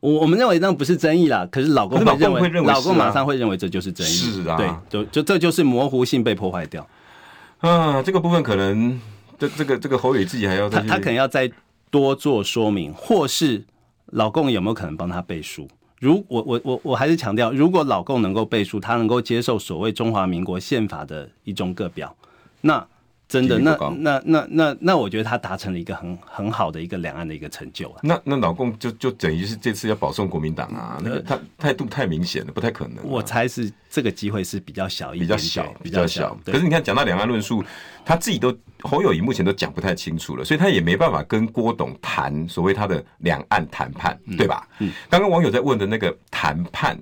S2: 我我们认为那不是争议啦，可是老公
S1: 可是老
S2: 会
S1: 公
S2: 认为，
S1: 会认为是啊
S2: 老公马上会认为这就是争议，
S1: 是啊
S2: 对，就就这就是模糊性被破坏掉，
S1: 啊，这个部分可能这这个这个侯伟自己还要
S2: 他
S1: 再去
S2: 他可能要再多做说明，或是老公有没有可能帮他背书？如我我我我还是强调，如果老公能够背书，他能够接受所谓中华民国宪法的一中各表，那真的
S1: 几率
S2: 那
S1: 不高
S2: 那那那那，我觉得他达成了一个很很好的一个两岸的一个成就啊。
S1: 那那老公就就等于是这次要保送国民党啊，那个他态度太明显了，不太可能啊、
S2: 我猜是这个机会是比较小一
S1: 比较
S2: 点点，
S1: 小，比
S2: 比较
S1: 较
S2: 小
S1: 小。。
S2: 对
S1: 可是你看，讲到两岸论述，他自己都侯友谊目前都讲不太清楚了，所以他也没办法跟郭董谈所谓他的两岸谈判，
S2: 嗯
S1: 对吧？刚刚网友在问的那个谈判，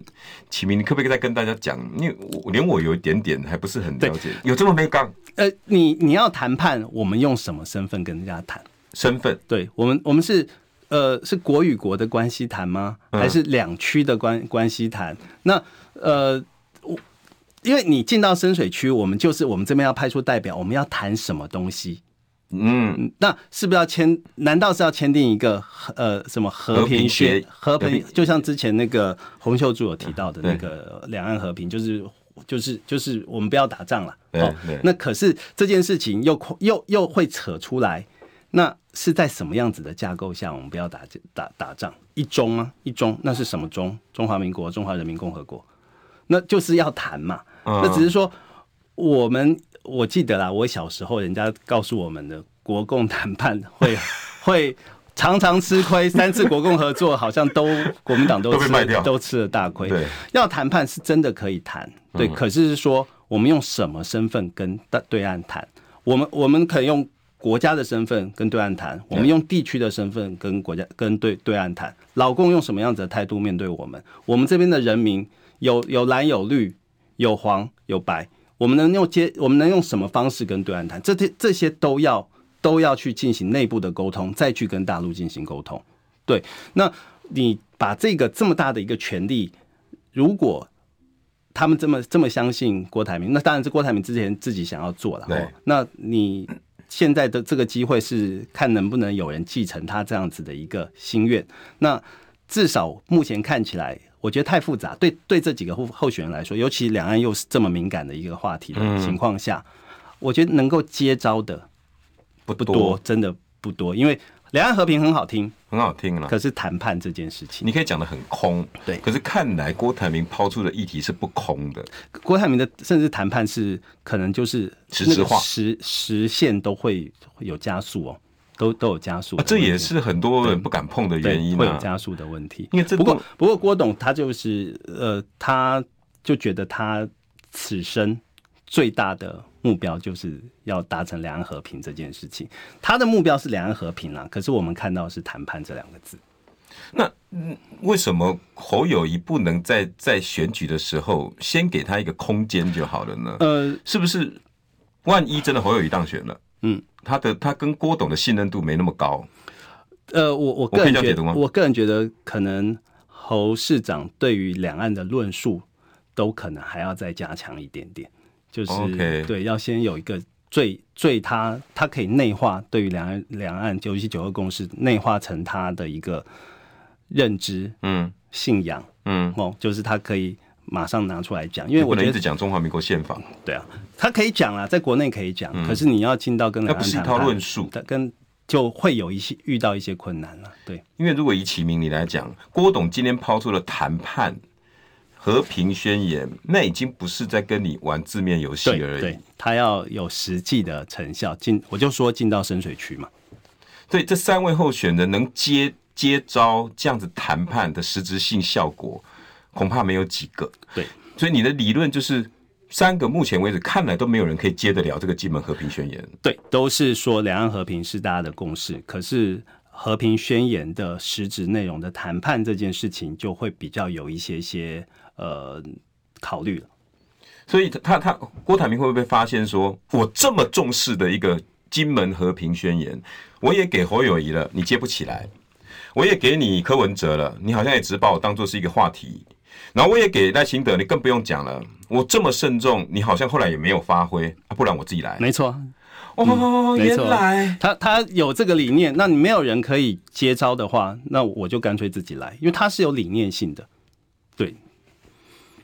S1: 启明，你可不可以再跟大家讲？因为我连我有一点点还不是很了解，有这么没刚
S2: 呃，你你要谈判，我们用什么身份跟人家谈？
S1: 身份，
S2: 对我们，我们是呃是国与国的关系谈吗？还是两区的关关系谈？那呃，我因为你进到深水区，我们就是我们这边要派出代表，我们要谈什么东西？
S1: 嗯，
S2: 嗯那是不是要签？难道是要签订一个呃什么和平宣和
S1: 和平协
S2: 平？就像之前那个洪秀柱有提到的
S1: 对
S2: 那个两岸和平，就是就是就是我们不要打仗了。
S1: 对
S2: 哦
S1: 对，
S2: 那可是这件事情又又又会扯出来，那是在什么样子的架构下我们不要打打打仗？一中吗？一中那是什么中？中华民国、中华人民共和国，那就是要谈嘛。
S1: 嗯
S2: 那只是说我们 我记得啦，我小时候人家告诉我们的国共谈判会会常常吃亏，三次国共合作好像都国民党都
S1: 都被
S2: 吃
S1: 卖
S2: 了
S1: 掉
S2: 都吃了大亏。
S1: 对，
S2: 要谈判是真的可以谈，对，可是是说我们用什么身份跟大对岸谈？我们我们可以用国家的身份跟对岸谈，我们用地区的身份跟国家跟对对岸谈。老共用什么样子的态度面对我们？我们这边的人民有有蓝有绿，有黄有白，我们能用接我们能用什么方式跟对岸谈？这些这些都要都要去进行内部的沟通，再去跟大陆进行沟通。对，那你把这个这么大的一个权利，如果他们这么这么相信郭台铭，那当然是郭台铭之前自己想要做了。
S1: 对
S2: 哦那你现在的这个机会是看能不能有人继承他这样子的一个心愿。那至少目前看起来，我觉得太复杂。对对，这几个候候选人来说，尤其两岸又是这么敏感的一个话题的情况下，我觉得能够接招的
S1: 不
S2: 不多，真的不多。因为两岸和平很好听，
S1: 很好听了。
S2: 可是谈判这件事情，
S1: 你可以讲的很空，
S2: 对
S1: 可是看来郭台铭抛出的议题是不空的，
S2: 郭台铭的甚至谈判是可能就是
S1: 实质化
S2: 那个实实现都会有加速哦，都都有加速的
S1: 啊
S2: 问题、
S1: 这也是很多人不敢碰的
S2: 对
S1: 原因
S2: 会有
S1: 啊。
S2: 加速的问题。
S1: 因为这
S2: 不过
S1: 都
S2: 不过郭董他就是呃，他就觉得他此生最大的目标就是要达成两岸和平这件事情。他的目标是两岸和平啦，可是我们看到是谈判这两个字。
S1: 那嗯为什么侯友谊不能在在选举的时候先给他一个空间就好了呢？
S2: 呃，
S1: 是不是？万一真的侯友谊当选了，
S2: 嗯，
S1: 他的他跟郭董的信任度没那么高，
S2: 呃，我我个
S1: 可以
S2: 人
S1: 这样
S2: 觉
S1: 解
S2: 得，
S1: 读吗
S2: 我个人觉得可能侯市长对于两岸的论述都可能还要再加强一点点，就是
S1: OK
S2: 对，要先有一个最最他他可以内化对于两岸两岸九七九二共识内化成他的一个认知
S1: 嗯
S2: 信仰
S1: 嗯，
S2: 哦，就是他可以马上拿出来讲，因为
S1: 你不
S2: 我
S1: 能
S2: 觉
S1: 一直
S2: 得
S1: 讲中华民国宪法，
S2: 对啊，他可以讲啊，在国内可以讲，可是你要进到跟
S1: 那嗯
S2: 两
S1: 不
S2: 岸
S1: 是一
S2: 谈
S1: 套
S2: 判，
S1: 论述。
S2: 他跟就会有一些遇到一些困难了，对。
S1: 因为如果以启明你来讲，郭董今天抛出了谈判和平宣言，那已经不是在跟你玩字面游戏而
S2: 对
S1: 已。
S2: 对，它要有实际的成效，进我就说进到深水区嘛。
S1: 对，这三位候选人能接接招这样子谈判的实质性效果，恐怕没有几个。
S2: 对，
S1: 所以你的理论就是，三个目前为止看来都没有人可以接得了这个金门和平宣言。
S2: 对，都是说两岸和平是大家的共识，可是和平宣言的实质内容的谈判这件事情，就会比较有一些些呃考虑了。
S1: 所以他他郭台铭会不会发现说，我这么重视的一个金门和平宣言，我也给侯友谊了，你接不起来；我也给你柯文哲了，你好像也只把我当做是一个话题。然后我也给赖清德，你更不用讲了。我这么慎重，你好像后来也没有发挥，啊、不然我自己来。
S2: 没错，
S1: 哦，
S2: 没
S1: 原
S2: 错
S1: 来
S2: 他他有这个理念，那你没有人可以接招的话，那我就干脆自己来，因为他是有理念性的。对，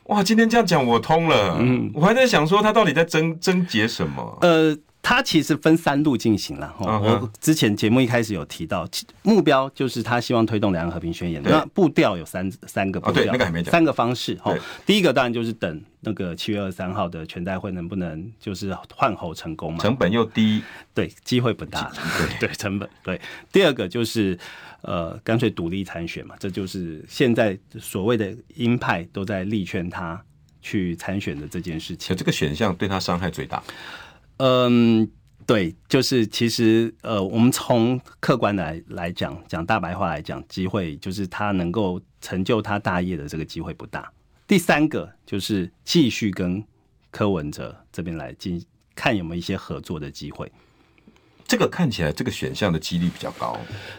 S1: 哇，今天这样讲我通了。嗯，我还在想说他到底在争争结什么？
S2: 呃，它其实分三路进行了。哈、
S1: 嗯哼
S2: 我之前节目一开始有提到，其目标就是他希望推动两岸和平宣言。
S1: 对
S2: 那步调有三三个步
S1: 哦对
S2: 调、
S1: 那个还没讲
S2: 三个方式。哈
S1: 对，
S2: 第一个当然就是等那个七月二十三号的全代会能不能就是换候成功嘛？
S1: 成本又低，
S2: 对，机会不大了。对对，成本对。第二个就是呃，干脆独立参选嘛，这就是现在所谓的鹰派都在力劝他去参选的这件事情
S1: 且。这个选项对他伤害最大。
S2: 嗯，对，就是其实呃，我们从客观的来来讲，讲大白话来讲，机会就是他能够成就他大业的这个机会不大。第三个就是继续跟柯文哲这边来进看有没有一些合作的机会。
S1: 这个看起来这个选项的几率比较高。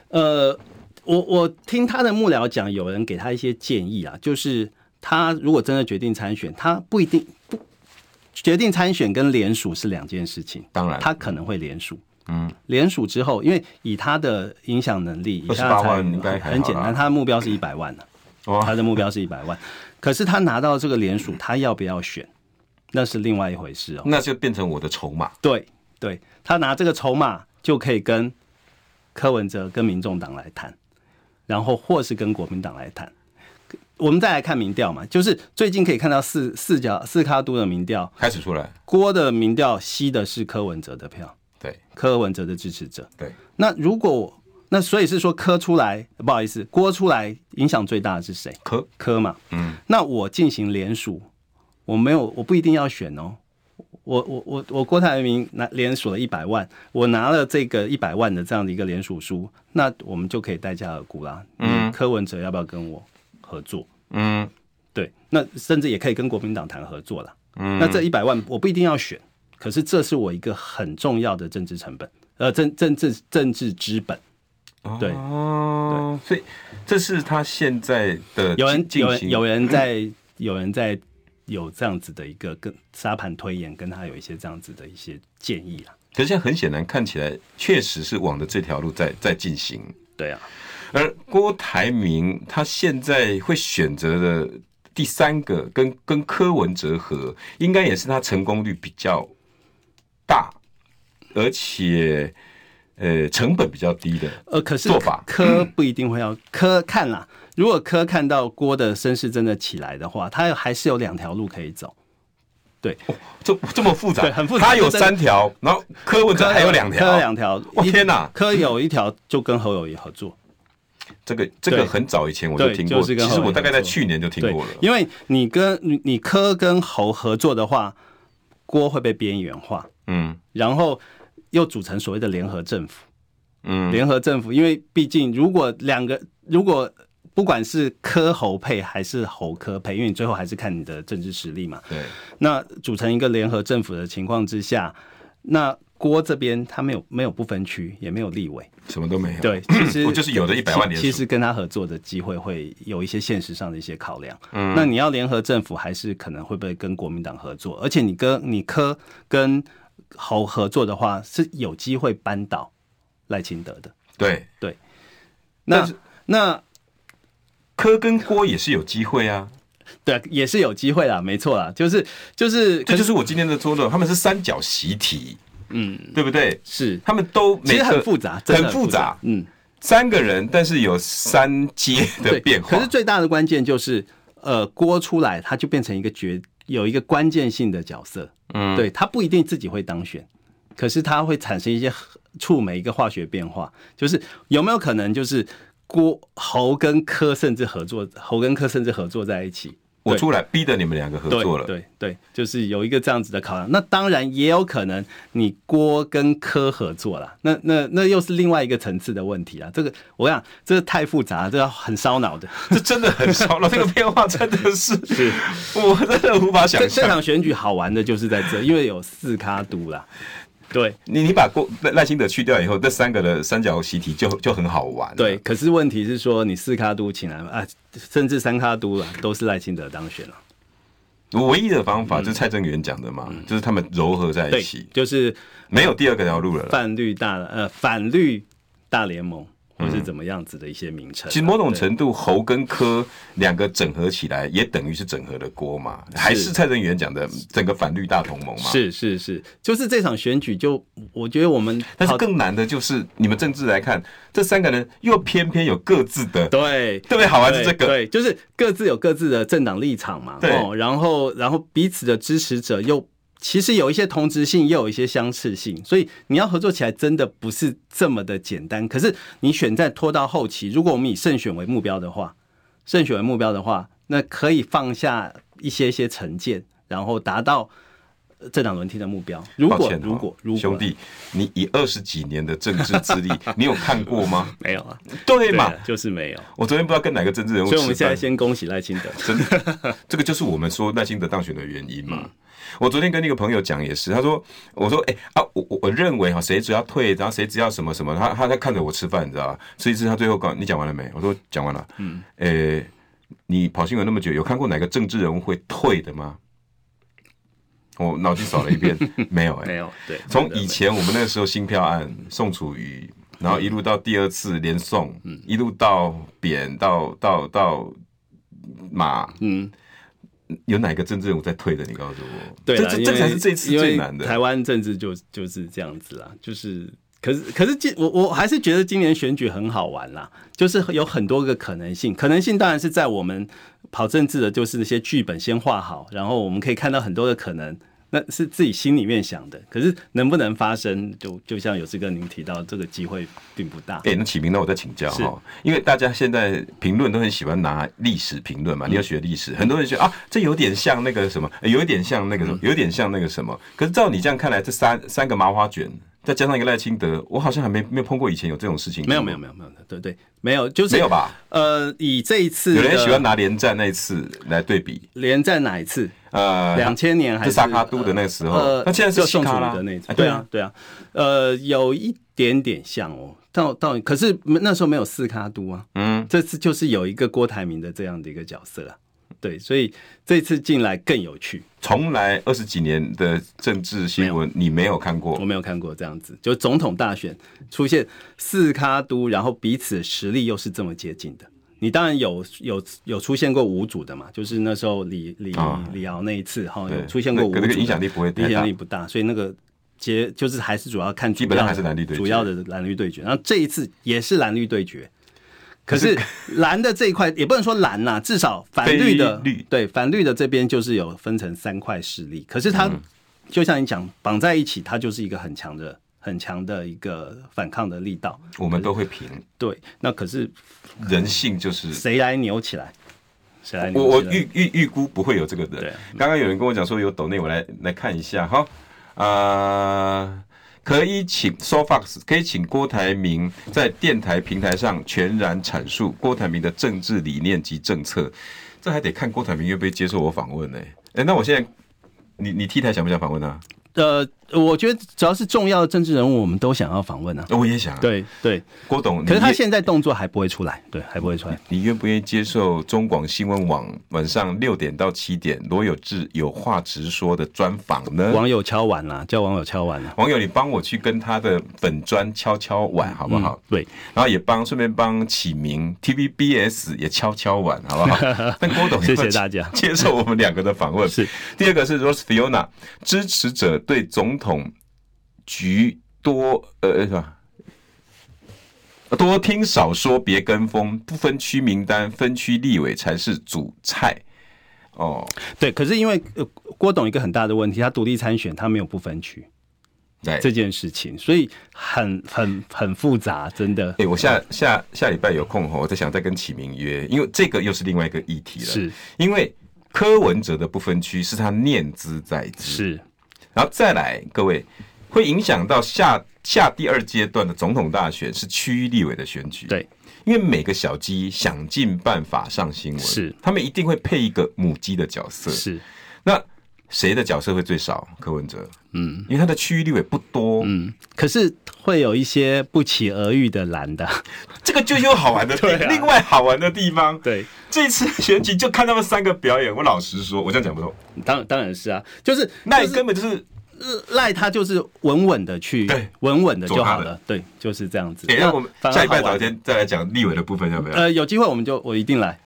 S2: 呃，我我听他的幕僚讲，有人给他一些建议啊，就是他如果真的决定参选，他不一定不决定参选跟联署是两件事情。
S1: 当然，
S2: 他可能会联署。
S1: 嗯，
S2: 联署之后，因为以他的影响能力，以他的
S1: 28
S2: 财
S1: 万应该还好啦哦
S2: 很简单，他的目标是一百万呢、
S1: 哇
S2: 他的目标是一百万。可是他拿到这个联署，他要不要选，那是另外一回事哦。
S1: 那就变成我的筹码。
S2: 对对，他拿这个筹码就可以跟柯文哲、跟民众党来谈，然后或是跟国民党来谈。我们再来看民调嘛，就是最近可以看到四四角四咖都的民调，
S1: 开始出来，
S2: 郭的民调吸的是柯文哲的票，
S1: 对
S2: 柯文哲的支持者。
S1: 对，
S2: 那如果那所以是说科出来，不好意思，锅出来，影响最大的是谁？
S1: 可
S2: 科嘛。嗯，那我进行联署，我没有，我不一定要选哦。我我我我郭台铭拿联署了一百万，我拿了这个一百万的这样的一个联署书，那我们就可以代价而沽啦。嗯，柯文哲要不要跟我合作？
S1: 嗯
S2: 对，那甚至也可以跟国民党谈合作了。嗯，那这一百万我不一定要选，可是这是我一个很重要的政治成本，呃，政政治政治资本。对
S1: 哦，所以这是他现在的
S2: 有人
S1: 进
S2: 有人
S1: 行
S2: 有人在有人在有这样子的一个跟沙盘推演，跟他有一些这样子的一些建议啊。
S1: 可是现在很显然看起来确实是往着这条路在在进行，
S2: 对啊，
S1: 而郭台铭他现在会选择的第三个跟跟柯文哲合，应该也是他成功率比较大，而且呃成本比较低的。
S2: 呃，可是
S1: 做法
S2: 科不一定会要科看啦。如果科看到郭的身世真的起来的话，他还是有两条路可以走。
S1: 这 这么复杂，
S2: 对很复杂
S1: 他有
S2: 这真的
S1: 三条，然后柯文哲
S2: 科
S1: 还有两
S2: 科
S1: 条，
S2: 两条。
S1: 哇
S2: 一
S1: 天哪
S2: 科有一条就跟侯友谊合作，
S1: 这个这个
S2: 对
S1: 很早以前我就
S2: 对
S1: 听过，
S2: 就是跟
S1: 其实我
S2: 侯友宜
S1: 大概在
S2: 合作
S1: 去年就听
S2: 对
S1: 过了，。
S2: 因为你跟你你科跟侯合作的话，郭会被边缘化，
S1: 嗯
S2: 然后又组成所谓的联合政府。
S1: 嗯，
S2: 联合政府，因为毕竟如果两个如果不管是科侯配还是侯科配，因为你最后还是看你的政治实力嘛。
S1: 对，
S2: 那组成一个联合政府的情况之下，那郭这边他没有没有不分区，也没有立委，
S1: 什么都没有。
S2: 对，其实
S1: 我就是有了一百万
S2: 其
S1: 连
S2: 其
S1: 署
S2: 实跟他合作的机会会有一些现实上的一些考量。
S1: 嗯
S2: 那你要联合政府，还是可能会不会跟国民党合作？而且你跟你科跟侯合作的话，是有机会扳倒赖清德的。
S1: 对，但
S2: 那
S1: 是
S2: 那
S1: 柯跟郭也是有机会啊，
S2: 对，也是有机会啦，没错啦，就是就是，
S1: 这
S2: 可
S1: 就是我今天的说的，他们是三角习题，嗯，对不对？
S2: 是
S1: 他们都
S2: 其
S1: 每
S2: 实很
S1: 个
S2: 复杂，真的
S1: 很复杂，
S2: 嗯，
S1: 三个人，但是有三阶的
S2: 对
S1: 变化
S2: 可是。最大的关键就是，呃，锅出来，它就变成一个决有一个关键性的角色，嗯，对，他不一定自己会当选，可是它会产生一些触媒一个化学变化，就是有没有可能就是郭侯跟柯甚至合作，侯跟柯甚至合作在一起，
S1: 我
S2: 对
S1: 出来逼得你们两个合
S2: 对
S1: 作了，
S2: 对对，就是有一个这样子的考量。那当然也有可能你郭跟柯合作啦，那那那又是另外一个层次的问题啦。这个我想这个太复杂，这个很烧脑的。
S1: 这真的很少了。这个变化真的是，我真的无法
S2: 这
S1: 想
S2: 这
S1: 象。
S2: 场选举好玩的就是在这，因为有四咖都啦。对
S1: 你你把郭赖赖清德去掉以后，这三个的三角习题就就很好玩。
S2: 对，，可是问题是说你四咖都请来啊，甚至三咖都啦，都是赖清德当选了。
S1: 唯一的方法就是蔡正元讲的嘛，就是他们糅合在
S2: 对
S1: 一起，，
S2: 就是
S1: 没有第二个条路了啦。
S2: 泛绿大呃反绿大联盟。或是怎么样子的一些名称啊、
S1: 嗯其实某种
S2: 对
S1: 程度，侯跟柯两个整合起来，也等于是整合了锅嘛，还是蔡正元讲的整个反绿大同盟嘛。，
S2: 是是是，就是这场选举就，我觉得我们
S1: 但是
S2: 好
S1: 更难的就是你们政治来看，这三个人又偏偏有各自的，对
S2: 对。
S1: 不对？好玩是
S2: 对
S1: 这个，
S2: 对，就是各自有各自的政党立场嘛，
S1: 对
S2: 哦，然后然后彼此的支持者又其实有一些同质性，又有一些相似性，所以你要合作起来真的不是这么的简单。可是你选战拖到后期，如果我们以胜选为目标的话，胜选为目标的话，那可以放下一些些成见，然后达到呃政党轮替的目标。如
S1: 抱
S2: 果
S1: 歉哦、
S2: 如果如果
S1: 兄弟，你以二十几年的政治资历， 你有看过吗？
S2: 没有啊，
S1: 对
S2: 对
S1: 嘛？
S2: 啊，就是没有。
S1: 我昨天不知道跟哪个政 治人物吃
S2: 所以
S1: 饭，
S2: 我们现在先恭喜赖清德。
S1: 真的，这个就是我们说耐心的当选的原因嘛。
S2: 嗯
S1: 我昨天跟那个朋友讲也是，他说，我说，哎、啊，我我我认为哈，谁只要退，然后谁只要什么什么，他他在看着我吃饭，你知道吧？吃一吃，他最后告你讲完了没？我说讲完了。嗯，呃、你跑新闻那么久，有看过哪个政治人物会退的吗？我脑筋扫了一 遍， 没有哎、
S2: 没有，对，
S1: 从以前我们那个时候新票案，宋楚瑜，然后一路到第二次连宋，
S2: 嗯
S1: 一路到扁，到到到马，
S2: 嗯，
S1: 有哪个政治人物在退的？你告诉我，
S2: 对
S1: 这
S2: 啦，
S1: 这
S2: 因
S1: 这
S2: 为
S1: 才是这次
S2: 因为
S1: 最难的。
S2: 台湾政治就就是这样子啦，就是。可是，可是今我我还是觉得今年选举很好玩啦，就是有很多个可能性。可能性当然是在我们跑政治的，就是那些剧本先画好，然后我们可以看到很多的可能。那是自己心里面想的。可是能不能发生，就就像有志哥您提到，这个机会并不大。
S1: 哎、那启明，那我再请教哈，因为大家现在评论都很喜欢拿历史评
S2: 嗯
S1: 论嘛，你要学历史，很多人觉得啊，这有点像那个什么，呃有一点像那个什
S2: 嗯
S1: 么，有点像那个什么。可是照你这样看来，这三三个麻花卷，再加上一个赖清德，我好像还没没有碰过以前有这种事情。
S2: 没有没有没有没有，对对，没有就是
S1: 没有吧？
S2: 呃，以这一次
S1: 有人喜欢
S2: 哪
S1: 拿连战那一次来对比，
S2: 连战哪一次？
S1: 呃，
S2: 两千年还
S1: 就是萨卡都的那个时候
S2: 呃，，
S1: 那现在是
S2: 就
S1: 西
S2: 宋楚
S1: 卡
S2: 瑜
S1: 啦
S2: 的那一次，
S1: 哎
S2: 对啊，对啊，呃，有一点点像哦，到到可是那时候没有四咖都啊，
S1: 嗯，
S2: 这次就是有一个郭台铭的这样的一个角色啊，对，所以这次进来更有趣，
S1: 从来二十几年的政治新闻你没有看过
S2: 我，没有看过这样子，就总统大选出现四咖都，然后彼此实力又是这么接近的。你当然有有有出现过五组的嘛，就是那时候李李
S1: 啊
S2: 李敖那一次哈，
S1: 对
S2: 有出现过五组
S1: 那个
S2: 的，
S1: 那个影响力不会太大
S2: 影响力不大，所以那个结就是还是主要看主
S1: 基本上
S2: 要
S1: 还是蓝绿对决
S2: 主要的蓝绿对决。然后这一次也是蓝绿对决，可是蓝的这一 块也不能说蓝啦，至少反绿的
S1: 非绿
S2: 对反绿的这边就是有分成三块势力，可是它、就像你讲绑在一起，它就是一个很强的。很强的一个反抗的力道，
S1: 我们都会评。
S2: 对，那可是
S1: 人性就是
S2: 谁来扭起来？谁来扭
S1: 我
S2: 起来？
S1: 我预预预估不会有这个
S2: 对
S1: 人。刚刚有人跟我讲说有抖内，我来来看一下哈。呃，可以请 SoFox 可以请郭台铭在电台平台上全然阐述郭台铭的政治理念及政策，这还得看郭台铭愿不愿意接受我访问呢、哎、那我现在你你 T 台想不想访问啊？
S2: 呃，我觉得只要是重要的政治人物，我们都想要访问啊。
S1: 呃我也想、啊。，
S2: 对对，嗯
S1: 郭董，你
S2: 可是他
S1: 愿
S2: 现在动作还不会出来，对，还不会出来。
S1: 你愿不愿意接受中广新闻网晚上六点到七点罗有志有话直说的专访呢？
S2: 网友敲碗啦，叫网友敲碗啦，
S1: 网友，你帮我去跟他的粉砖敲敲碗，好不好？
S2: 对，
S1: 然后也帮顺便帮启明 TVBS 也敲敲碗，好不 好？但郭董有没有
S2: 谢谢大家
S1: 接受我们两个的访问。
S2: 是
S1: 第二个是 Rose Fiona 支持者对总统局多呃什么？多听少说，别跟风。不分区名单，分区立委才是主菜。哦，
S2: 对。可是因为、呃、郭董一个很大的问题，他独立参选，他没有不分区
S1: 对，
S2: 这件事情，所以很很很复杂，真的
S1: 哎、我下下下礼拜有空吼，我在想再跟启明约，因为这个又是另外一个议题了。，
S2: 是
S1: 因为柯文哲的不分区是他念兹在兹，
S2: 是
S1: 然后再来，各位会影响到下下第二阶段的总统大选是区域立委的选举。
S2: 对，
S1: 因为每个小鸡想尽办法上新闻，
S2: 是
S1: 他们一定会配一个母鸡的角色。
S2: 是
S1: 那谁的角色会最少？柯文哲，嗯，因为他的区域立委不多，
S2: 嗯，可是会有一些不期而遇的蓝的，
S1: 这个就又好玩 的地，
S2: 对啊
S1: 另外好玩的地方。
S2: 对，
S1: 这次选举就看他们三个表演，我老实说，我这样讲不通，
S2: 当当然是啊，就是
S1: 那根本就是，
S2: 赖他就是稳稳的去
S1: 对，
S2: 稳稳的就
S1: 做他
S2: 好
S1: 的
S2: 了，对，就是这样子。
S1: 哎，让我们
S2: 反而
S1: 下一拜
S2: 好玩
S1: 早一天再来讲立委的部分，要不要？
S2: 呃，有机会我们就我一定来，